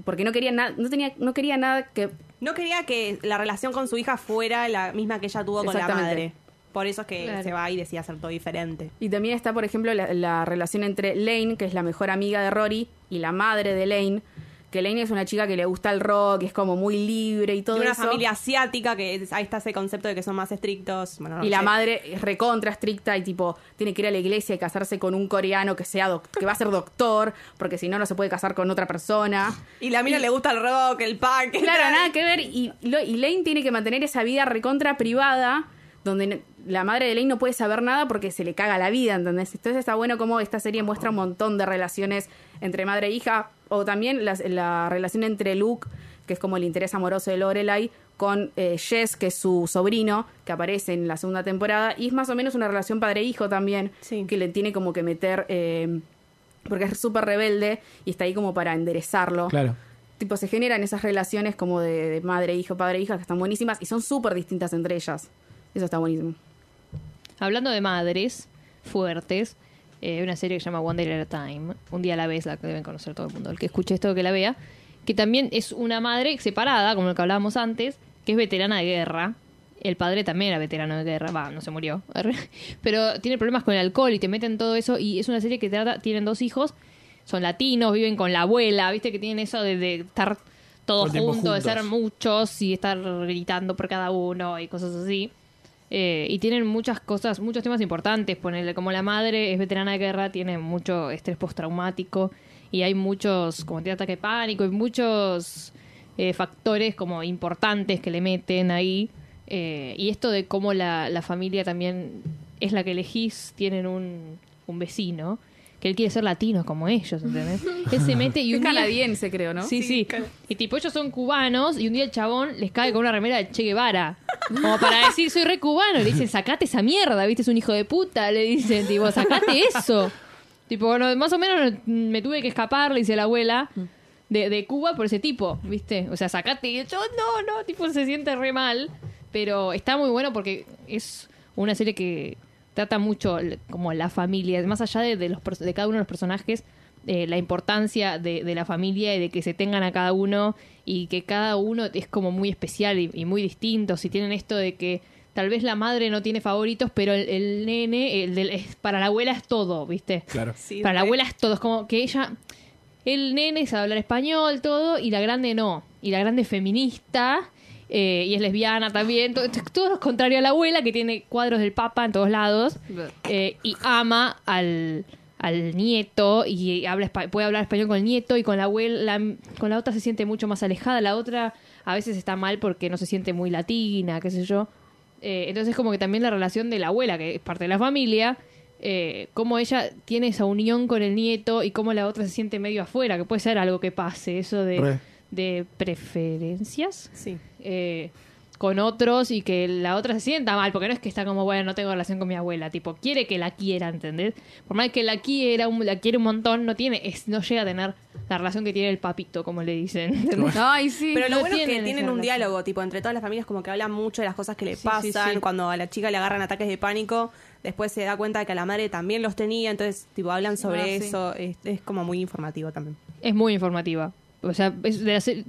Speaker 5: Porque no quería nada, no tenía, no quería nada que.
Speaker 3: No quería que la relación con su hija fuera la misma que ella tuvo con la
Speaker 5: Exactamente.
Speaker 3: madre. Por eso es que
Speaker 4: Claro.
Speaker 3: se va y decide hacer todo diferente.
Speaker 5: Y también está, por ejemplo, la, la relación entre Lane, que es la mejor amiga de Rory, y la madre de Lane. Que Lane es una chica que le gusta el rock, es como muy libre y todo
Speaker 3: Y una
Speaker 5: eso.
Speaker 3: familia asiática que es- ahí está ese concepto de que son más estrictos. Bueno, no
Speaker 5: y la
Speaker 3: sé.
Speaker 5: madre es recontra estricta y tipo tiene que ir a la iglesia y casarse con un coreano que sea doc- que va a ser doctor, porque si no no se puede casar con otra persona.
Speaker 3: Y la mina le gusta el rock, el punk.
Speaker 5: Claro, nada que ver. Y, lo- y Lane tiene que mantener esa vida recontra privada, donde n- la madre de Lane no puede saber nada porque se le caga la vida, ¿entendés? Entonces está bueno como esta serie muestra un montón de relaciones entre madre e hija, o también las- la relación entre Luke, que es como el interés amoroso de Lorelai, con eh, Jess, que es su sobrino, que aparece en la segunda temporada, y es más o menos una relación padre-hijo también,
Speaker 3: Sí.
Speaker 5: que le tiene como que meter... eh, porque es súper rebelde y está ahí como para enderezarlo
Speaker 1: Claro.
Speaker 5: tipo se generan esas relaciones como de, de madre e hijo padre hija que están buenísimas y son súper distintas entre ellas eso está buenísimo
Speaker 4: Hablando de madres fuertes, eh, hay una serie que se llama One Day at a Time. Un día a la vez la deben conocer todo el mundo. El que escuche esto que la vea. Que también es una madre separada, como lo que hablábamos antes, que es veterana de guerra. El padre también era veterano de guerra, va, no se murió. Pero tiene problemas con el alcohol y te meten todo eso. Y es una serie que trata, tienen dos hijos, son latinos, viven con la abuela, viste que tienen eso de, de estar
Speaker 1: Todo
Speaker 4: todos
Speaker 1: el tiempo
Speaker 4: juntos, de ser
Speaker 1: juntos.
Speaker 4: muchos y estar gritando por cada uno y cosas así. Eh, y tienen muchas cosas, muchos temas importantes. Ponerle como la madre es veterana de guerra, tiene mucho estrés postraumático y hay muchos, como tiene ataque de pánico, y muchos eh, factores como importantes que le meten ahí. Eh, y esto de cómo la, la familia también es la que elegís, tienen un, un vecino que él quiere ser latino como ellos, ¿entendés? Él se mete y
Speaker 5: es
Speaker 4: un día-
Speaker 5: canadiense creo no
Speaker 4: Sí, sí. Y tipo, ellos son cubanos y un día el chabón les cae con una remera de Che Guevara. Como para decir, soy re cubano. Le dicen, sacate esa mierda, viste, es un hijo de puta. Le dicen, tipo, sacate eso. Tipo, bueno, más o menos me tuve que escapar, le dice la abuela, de, de Cuba por ese tipo, viste. O sea, sacate. Y el chabón, no, no, tipo, se siente re mal. Pero está muy bueno porque es una serie que trata mucho l- como la familia, más allá de, de los, pers- de cada uno de los personajes, eh, la importancia de, de la familia y de que se tengan a cada uno y que cada uno es como muy especial y, y muy distinto. Si tienen esto de que tal vez la madre no tiene favoritos, pero el, el nene, el del- es- para la abuela es todo, ¿viste?
Speaker 6: Claro.
Speaker 3: Sí,
Speaker 4: para la
Speaker 3: re.
Speaker 4: abuela es todo. Es como que ella. El nene sabe hablar español, todo, y la grande no. Y la grande es feminista. eh, y es lesbiana también, todo, todo lo contrario a la abuela que tiene cuadros del papa en todos lados eh, y ama al, al nieto y habla espa- puede hablar español con el nieto y con la abuela la- con la otra se siente mucho más alejada la otra a veces está mal porque no se siente muy latina qué sé yo Eh, entonces como que también la relación de la abuela que es parte de la familia eh, cómo ella tiene esa unión con el nieto y cómo la otra se siente medio afuera que puede ser algo que pase eso de,
Speaker 1: Re.
Speaker 4: de preferencias
Speaker 3: Sí.
Speaker 4: eh, con otros y que la otra se sienta mal, porque no es que está como, bueno, no tengo relación con mi abuela, tipo, quiere que la quiera, ¿entendés? Por más que la quiera, un- la quiere un montón, no tiene, es, no llega a tener la relación que tiene el papito, como le dicen. ¿entendés?
Speaker 5: Ay, sí.
Speaker 3: Pero lo
Speaker 4: no
Speaker 3: bueno es que
Speaker 4: tienen
Speaker 3: tienen
Speaker 4: esa
Speaker 3: un
Speaker 4: relación.
Speaker 3: diálogo, tipo, entre todas las familias como que hablan mucho de las cosas que le
Speaker 4: Sí, sí,
Speaker 3: pasan,
Speaker 4: sí.
Speaker 3: cuando a la chica le agarran ataques de pánico, después se da cuenta de que a la madre también los tenía, entonces, tipo, hablan sobre
Speaker 5: Ah, sí.
Speaker 3: eso, es, es como muy informativo también.
Speaker 4: Es muy informativa. O sea, es de las se-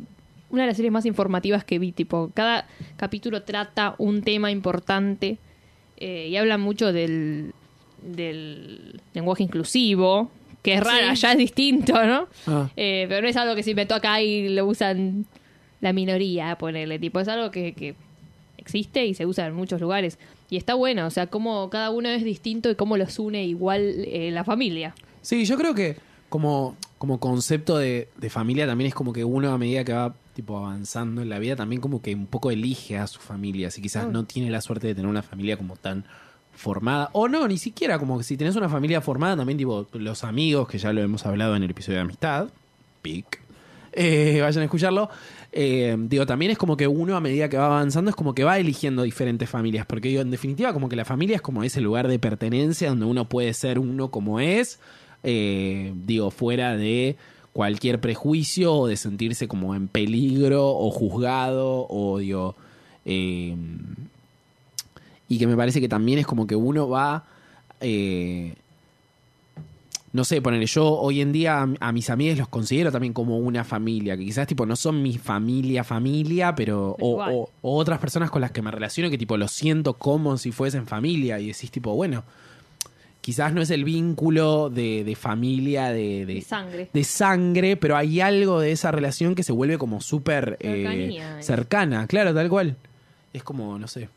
Speaker 4: una de las series más informativas que vi, tipo, cada capítulo trata un tema importante eh, y habla mucho del, del lenguaje inclusivo, que es raro,
Speaker 5: Sí.
Speaker 4: ya es distinto, ¿no?
Speaker 1: Ah.
Speaker 4: Eh, pero no es algo que se inventó acá y lo usan la minoría, ponerle tipo. Es algo que, que existe y se usa en muchos lugares. Y está bueno, o sea, cómo cada uno es distinto y cómo los une igual eh, la familia.
Speaker 1: Sí, yo creo que como, como concepto de, de familia también es como que uno a medida que va tipo avanzando en la vida también como que un poco elige a su familia. Si
Speaker 5: Mm.
Speaker 1: quizás no tiene la suerte de tener una familia como tan formada. O no, ni siquiera. Como que si tenés una familia formada también tipo los amigos, que ya lo hemos hablado en el episodio de amistad. Pic. Eh, vayan a escucharlo. Eh, digo, también es como que uno a medida que va avanzando es como que va eligiendo diferentes familias, porque digo, en definitiva como que la familia es como ese lugar de pertenencia donde uno puede ser uno como es, eh, digo, fuera de cualquier prejuicio o de sentirse como en peligro o juzgado o digo... eh, y que me parece que también es como que uno va. eh, no sé, poner yo hoy en día a, a mis amigos los considero también como una familia, que quizás tipo no son mi familia, familia, pero.
Speaker 4: Pero
Speaker 1: o-
Speaker 4: igual.
Speaker 1: o- o otras personas con las que me relaciono que tipo lo siento como si fuesen familia y decís tipo, bueno, quizás no es el vínculo de, de familia, de, de-
Speaker 4: De sangre.
Speaker 1: de sangre, pero hay algo de esa relación que se vuelve como súper eh,
Speaker 4: Cercanía, eh.
Speaker 1: cercana, claro, tal cual. Es como, no sé.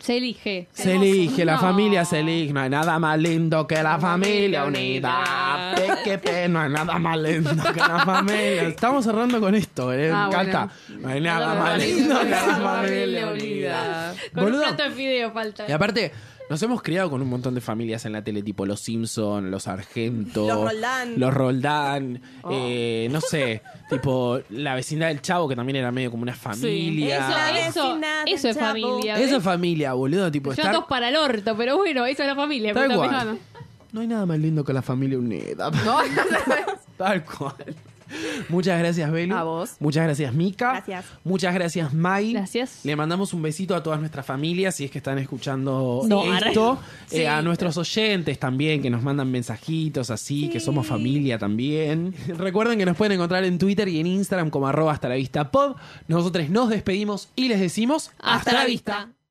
Speaker 4: Se elige.
Speaker 1: Se elige, la
Speaker 4: No.
Speaker 1: familia se elige, no hay nada más lindo que la familia unida.
Speaker 4: unida.
Speaker 1: Pe, que pe, no hay nada más lindo que la familia. Estamos cerrando con esto, eh,
Speaker 5: Ah,
Speaker 1: me encanta. No hay nada más lindo que la familia unida.
Speaker 4: Con
Speaker 1: Boludo.
Speaker 4: un plato de fideo falta.
Speaker 1: Y aparte, nos hemos criado con un montón de familias en la tele, tipo los Simpson, los Argento,
Speaker 3: Los Roldán.
Speaker 1: los Roldán, eh, no sé, tipo la vecindad del Chavo, que también era medio como una familia.
Speaker 3: La
Speaker 4: Eso, eso,
Speaker 3: vecina del
Speaker 4: eso es
Speaker 3: Chapo.
Speaker 4: familia.
Speaker 1: Eso
Speaker 4: ¿ves?
Speaker 1: es familia, boludo, tipo
Speaker 4: Yo
Speaker 1: estar-
Speaker 4: dos para el orto, pero bueno, eso es la familia.
Speaker 1: Tal
Speaker 4: puta
Speaker 1: cual.
Speaker 4: madre.
Speaker 1: No hay nada más lindo que la familia unida. Tal cual. Muchas gracias, Belu.
Speaker 5: A vos.
Speaker 1: Muchas gracias, Mika.
Speaker 3: Gracias.
Speaker 1: Muchas gracias, Mai.
Speaker 4: Gracias.
Speaker 1: Le mandamos un besito a todas nuestras familias, si es que están escuchando
Speaker 4: No,
Speaker 1: esto.
Speaker 4: Sí.
Speaker 1: Eh, a nuestros oyentes también, que nos mandan mensajitos así, que somos familia también. Recuerden que nos pueden encontrar en Twitter y en Instagram como arroba hasta la vista pod. Nosotros nos despedimos y les decimos
Speaker 4: Hasta la vista.